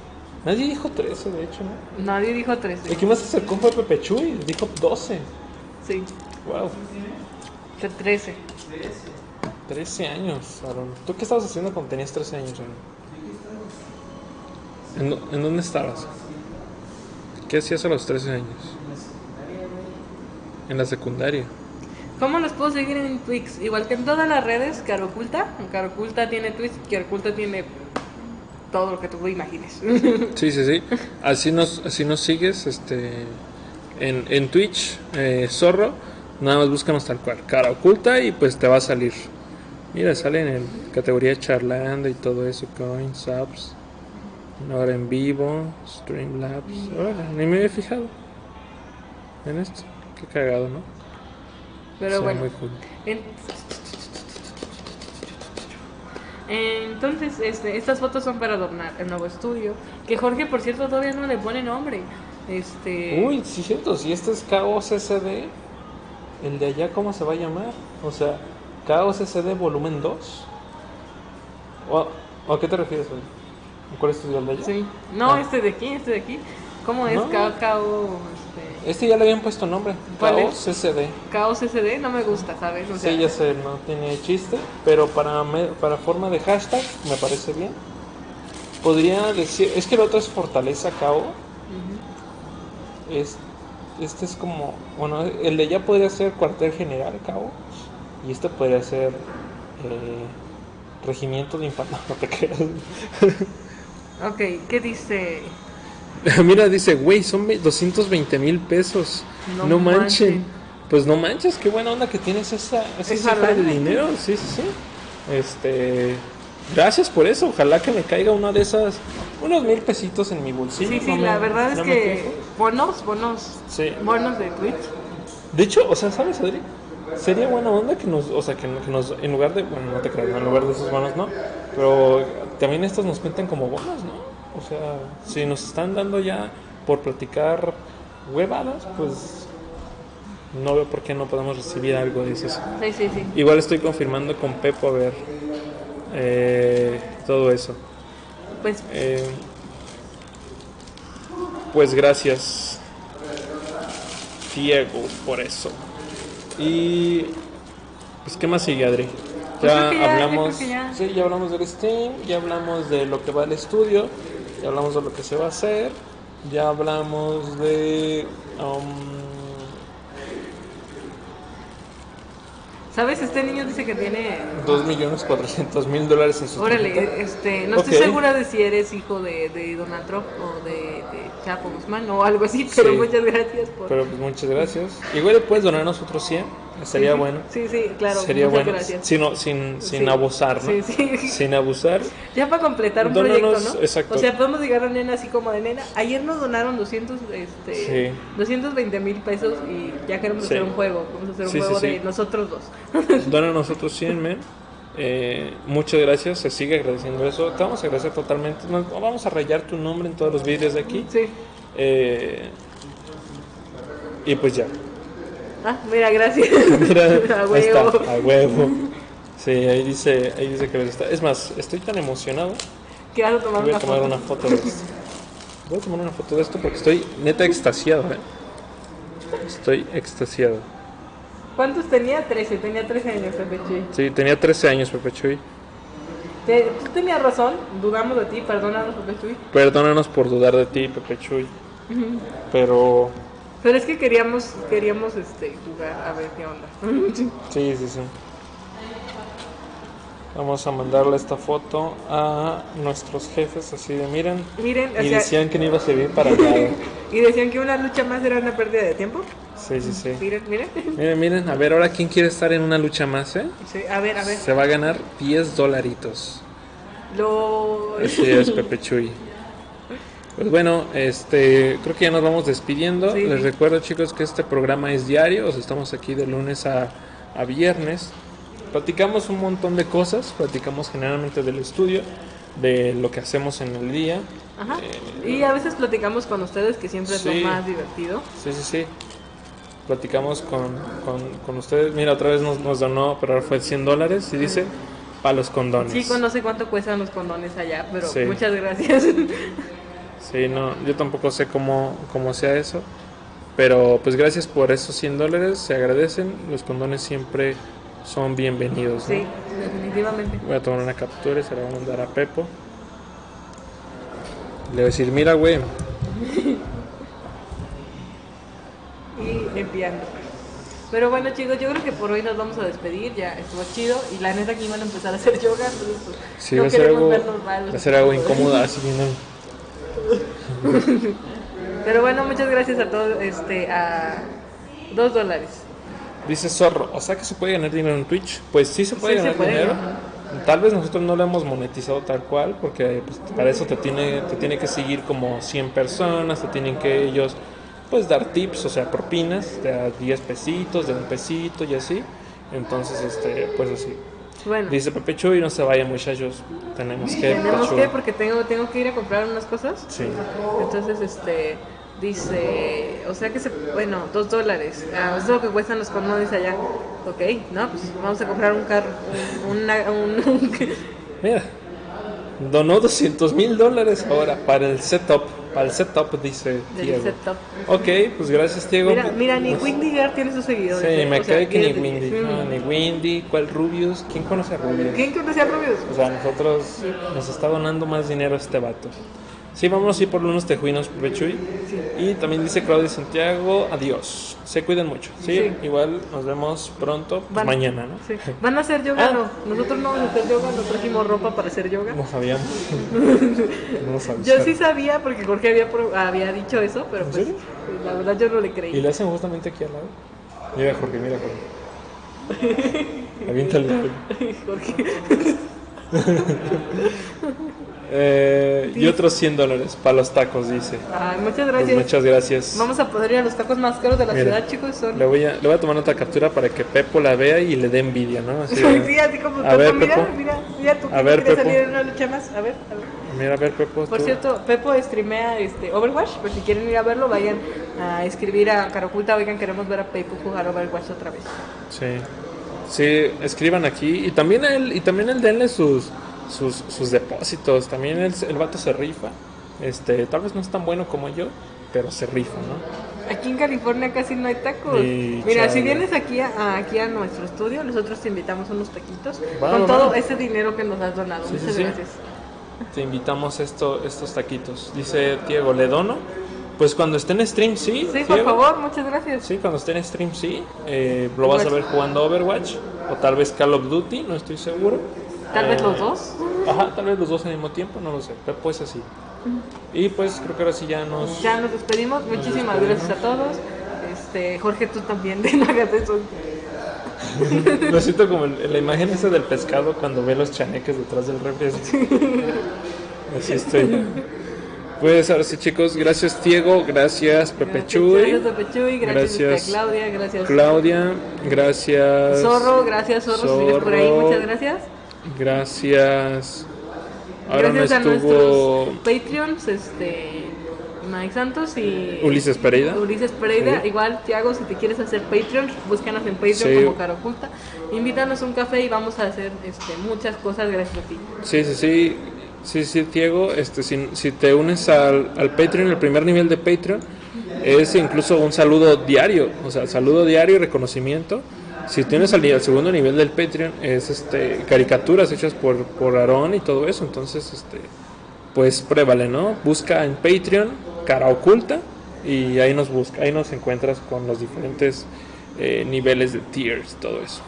Nadie dijo 13, de hecho, ¿no?
Nadie dicho 13.
El que más se acercó fue Pepe Chuy, dijo 12.
Sí,
Wow,
13.
13 años, Aaron. ¿Tú qué estabas haciendo cuando tenías 13 años, Aaron? ¿En, do- en dónde estabas? ¿Qué hacías a los 13 años? En la secundaria.
¿Cómo los puedo seguir en Twix? Igual que en todas las redes, Caro Oculta. Caro Oculta tiene Twix, Caro Oculta tiene todo lo que tú imagines. [laughs]
Sí, sí, sí. Así nos, así nos sigues, este, en, en Twitch, eh, Zorro. Nada más búscanos tal cual, cara oculta y pues te va a salir. Mira, sale en el- categoría charlando y todo eso, coins, subs. Ahora en vivo, Streamlabs. Ahora, ni me había fijado en esto. Qué cagado, ¿no?
Pero
Se ve
bueno.
muy cool.
En- Entonces, este, estas fotos son para adornar el nuevo estudio. Que Jorge, por cierto, todavía no le pone nombre. Este.
Uy, sí, cierto. Si este es Caos SD, el de allá, ¿cómo se va a llamar? O sea, Caos SD volumen 2. ¿O, o a qué te refieres, güey? ¿Cuál es tu el de allá?
sí. No,
Ah.
este de aquí, este de aquí. ¿Cómo es?
No.
Cao, cao, este,
Este ya le habían puesto nombre:
¿Cuál es?
Caos SD.
Caos SD no me gusta, ¿sabes? O sea,
Sí, ya sé, no tiene chiste, pero para, me- para forma de hashtag me parece bien. Podría decir, es que el otro es Fortaleza Cabo. Es, este es como, bueno, el de allá podría ser Cuartel General Cabo. Y este podría ser eh, Regimiento de Infantería. [laughs] No te creas.
Ok, ¿qué dice?
Mira, dice, güey, son ve- 220 mil pesos.
No
No, manchen.
manchen.
Pues no manches, qué buena onda que tienes esa, esa
Esa
cifra de
lana.
dinero. Sí, sí, sí. Este. Gracias por eso. Ojalá que me caiga una de esas. Unos mil pesitos en mi
Sí,
bolsillo.
sí,
no me-
la verdad es
no me
que
quejo.
bonos, bonos,
Sí.
bonos de Twitch.
De hecho, o sea, ¿sabes, Adri? Sería buena onda que nos, o sea, que, que nos, en lugar de, bueno, no te creas, no, en lugar de esos bonos, ¿no? Pero también estos nos cuentan como bonos, ¿no? O sea, si nos están dando ya por platicar huevadas, pues no veo por qué no podemos recibir algo de eso.
Sí, sí, sí.
Igual estoy confirmando con Pepo a ver eh, todo eso.
Pues
Eh, pues gracias, Diego, por eso. Y pues qué más sigue, Adri.
Pues
Ya
creo que ya, yo
hablamos,
creo que ya.
sí, ya hablamos del Steam, ya hablamos de lo que va al estudio, ya hablamos de lo que se va a hacer, ya hablamos de um,
¿Sabes? Este niño dice que tiene...
2.400.000 dólares en su
Órale, este, no estoy
Ok.
segura de si eres hijo de, de Donald Trump o de, de Chapo Guzmán o algo así, pero
Sí.
muchas gracias por...
Pero pues muchas gracias. Igual le puedes donar nosotros 100, estaría
Sí, sí.
bueno.
Sí, sí, claro.
Sería
muchas
bueno,
gracias.
sino- sin, sin
Sí.
abusar, ¿no?
Sí, sí. [laughs]
Sin abusar.
Ya para completar un
Dónanos,
proyecto, ¿no?
exacto.
O sea, podemos llegar a nena así como de nena. Ayer nos donaron 200, este,
Sí.
220 mil pesos y ya queremos
Sí.
hacer un juego. Vamos a hacer un
Sí, sí,
juego
sí.
de nosotros dos.
Dona nosotros 100, men. Eh, muchas gracias, se sigue agradeciendo eso. Te vamos a agradecer totalmente. Nos- vamos a rayar tu nombre en todos los vídeos de aquí.
Sí.
Eh, y pues ya.
[laughs] Ah, mira, gracias.
[laughs] Mira,
a [laughs]
ahí está,
huevo.
a huevo. Sí, ahí dice, ahí dice que les está. Es más, estoy tan emocionado
que vas a tomar,
voy
una,
a tomar
foto?
una foto de esto. Voy a tomar una foto de esto porque estoy neta extasiado, eh. Estoy extasiado.
¿Cuántos tenía? 13, tenía 13 años, Pepe Chuy.
Sí, tenía 13 años, Pepe Chuy.
Te- tú tenías razón, dudamos de ti, perdónanos, Pepe Chuy.
Perdónanos por dudar de ti, Pepe Chuy. Pero.
Pero es que queríamos, queríamos este, jugar a ver qué onda. [laughs] Sí.
Sí, sí, sí. Vamos a mandarle esta foto a nuestros jefes, así de miren.
Miren, o
Y
sea,
decían que no iba a servir para nada.
y decían que una lucha más era una pérdida de tiempo.
Sí, sí, sí.
Miren, miren. [laughs]
Miren, miren, a ver, ahora quién quiere estar en una lucha más, ¿eh?
Sí, a ver, a ver.
Se va a ganar 10 dolaritos.
Lo...
Así es, Pepe Chuy. Pues bueno, este, creo que ya nos vamos despidiendo.
Sí.
Les recuerdo, chicos, que este programa es diario. o sea, estamos aquí de lunes a, a viernes. Platicamos un montón de cosas. Platicamos generalmente del estudio, de lo que hacemos en el día.
Ajá. Y a veces platicamos con ustedes, que siempre es
Sí.
lo más divertido.
Sí, sí, sí. Platicamos con, con- con ustedes. Mira, otra vez nos, nos donó, pero ahora fue 100 dólares. Y dice, para los condones.
Chicos, no sé cuánto cuestan los condones allá, pero
Sí.
muchas gracias. [laughs]
Sí, no, yo tampoco sé cómo, cómo sea eso. Pero pues gracias por esos 100 dólares, se agradecen. Los condones siempre son bienvenidos. ¿no?
sí, definitivamente.
Voy a tomar una captura y se la voy a mandar a Pepo. Le voy a decir, mira, güey,
y enviando. Pero bueno chicos, yo creo que por hoy nos vamos a despedir, ya estuvo chido y la neta que iban a empezar a hacer yoga, entonces pues,
si
no
va a ser
queremos
algo,
vernos mal.
va a ser algo incómodo, así que no.
Pero bueno, muchas gracias a todos, este, a dos dólares.
Dice Zorro, o sea que se puede ganar dinero en Twitch. Pues sí se puede
Sí, se
ganar
puede,
dinero. Tal vez nosotros no lo hemos monetizado tal cual, porque pues, para eso te tiene, te tiene que seguir como 100 personas, te tienen que ellos pues dar tips, o sea, propinas, de a 10 pesitos, de un pesito y así. Entonces, este, pues así.
Bueno,
Dice Pepe Chuy, no se vayan muchachos, tenemos que...
tenemos
Pepe
que,
Chuy".
porque tengo, tengo que ir a comprar unas cosas.
Sí.
Entonces, este, dice, o sea que se, bueno, dos dólares, ah, es lo que cuestan los condones allá. Ok, no, pues vamos a comprar un carro, un- una- un- [laughs] un,
Mira, donó 200 mil dólares ahora para el setup, para el setup, dice
del
Diego.
setup.
Ok, pues gracias Diego.
Mira, mira, ni
Pues-
Whitney Girl tiene sus seguidores.
Sí,
¿eh?
me
O sea,
cae que
fíjate.
ni Windy. No,
Mm.
ni Windy, ¿cuál Rubius? ¿Quién conoce a Rubius?
¿Quién conoce a Rubius?
O sea, nosotros nos está donando más dinero este vato. Sí, vamos a ir por unos tejuinos, Pepe Chuy. Y también dice Claudio Santiago, adiós. Se cuiden mucho. Sí,
Sí.
igual nos vemos pronto, pues,
Van-
mañana, ¿no?
Sí. ¿Van a hacer
Ah.
yoga? No, nosotros no vamos a hacer yoga, nos trajimos ropa para hacer yoga.
No
[laughs]
sabíamos. no nos
Yo
avisaron.
sí sabía porque Jorge había, pro- había dicho eso, pero
¿En
pues
serio?
la verdad yo no le
Y
creí.
le hacen justamente aquí al lado. Mira, Jorge, mira, Jorge.
[laughs]
Aviéntale.
Jorge.
Eh, y otros 100 dólares para los tacos, dice.
Ay, muchas
Pues
gracias.
muchas gracias.
Vamos a poder ir a los tacos más caros de la
Mira.
ciudad, chicos. Son...
Le voy, a, le voy a tomar otra captura para que Pepo la vea y le dé envidia, ¿no? Así de-
[laughs] Sí, así como
a ver,
Pepo, mira,
Pepo.
mira, mira, tú
A ver,
quieres
Pepo.
salir en una lucha más. A ver, a ver.
Mira, a ver, Pepo.
Por
tú.
cierto, Pepo streamea este, Overwatch, por si quieren ir a verlo, vayan a escribir a Caraculta, oigan, queremos ver a Pepo jugar Overwatch otra vez.
Sí. Sí, escriban aquí. Y también él, y también él denle sus, sus, sus depósitos. También el, el vato se rifa. Este, tal vez no es tan bueno como yo, pero se rifa, ¿no?
Aquí en California casi no hay tacos.
Y
Mira,
chale.
si vienes aquí a, aquí a nuestro estudio, nosotros te invitamos unos taquitos
Va,
con
va,
todo
va.
ese dinero que nos has donado.
Sí, sí,
Muchas
sí.
gracias.
Te invitamos esto, estos taquitos. Dice Diego, ¿le dono? Pues cuando esté en stream, sí.
Sí, por
Diego.
favor, muchas gracias.
Sí, cuando esté en stream sí. Eh, lo vas a ver jugando Overwatch o tal vez Call of Duty, no estoy seguro.
Tal vez
Eh,
los dos.
Ajá, tal vez los dos al mismo tiempo, no lo sé. Pero pues así. Y pues creo que ahora sí ya nos...
Ya nos despedimos. Muchísimas
despedimos.
gracias a todos. Este, Jorge, tú también, [laughs] no hagas eso.
[laughs] Lo siento como el- la imagen esa del pescado cuando ve los chaneques detrás del refri. Así, Así estoy ya. Pues ahora sí chicos, gracias Diego, gracias Pepe Chuy,
Gracias, Pepe Chuy. Gracias,
Gracias,
este, Claudia. Gracias,
Claudia, gracias...
Zorro, gracias Zorro, si sigues por ahí,
Zorro.
muchas gracias.
Gracias. Ahora
gracias
no
a
estuvo.
nuestros Patreons, este Mike Santos y
Ulises Pereira.
Ulises Pereira,
Sí.
igual Tiago, si te quieres hacer Patreon, búscanos en Patreon
Sí.
como Cara Oculta. Invítanos un café y vamos a hacer este, muchas cosas gracias a ti.
Sí, sí, sí. Sí, sí, Diego, este, si, si te unes al, al Patreon, el primer nivel de Patreon es incluso un saludo diario, o sea, saludo diario y reconocimiento. Si tienes al, ni- al segundo nivel del Patreon es este, caricaturas hechas por, por Aarón y todo eso, entonces, este, pues pruébale, ¿no? Busca en Patreon cara oculta y ahí nos busca, ahí nos encuentras con los diferentes eh, niveles de tiers, todo eso.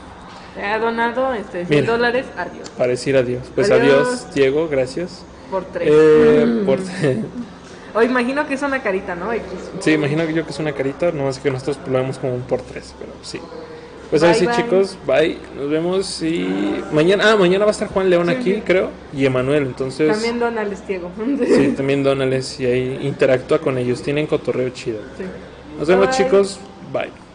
Te ha donado este, 100
Mira.
dólares, adiós.
Para decir adiós. Pues
Adiós.
adiós Diego, gracias.
Por tres. Mm.
Eh, por-
O imagino que es una carita, ¿no? X.
[laughs] sí, imagino que yo que es una carita, no más que nosotros lo vemos como un por tres, pero sí. Pues
Bye,
así
bye.
chicos, bye, nos vemos y mañana, ah, mañana va a estar Juan León
Sí,
aquí,
sí.
creo, y Emanuel, entonces
También Donald es [laughs] Tiago.
sí, también dónales y ahí interactúa con ellos, tienen cotorreo chido.
Sí.
Nos vemos
Bye.
chicos, bye.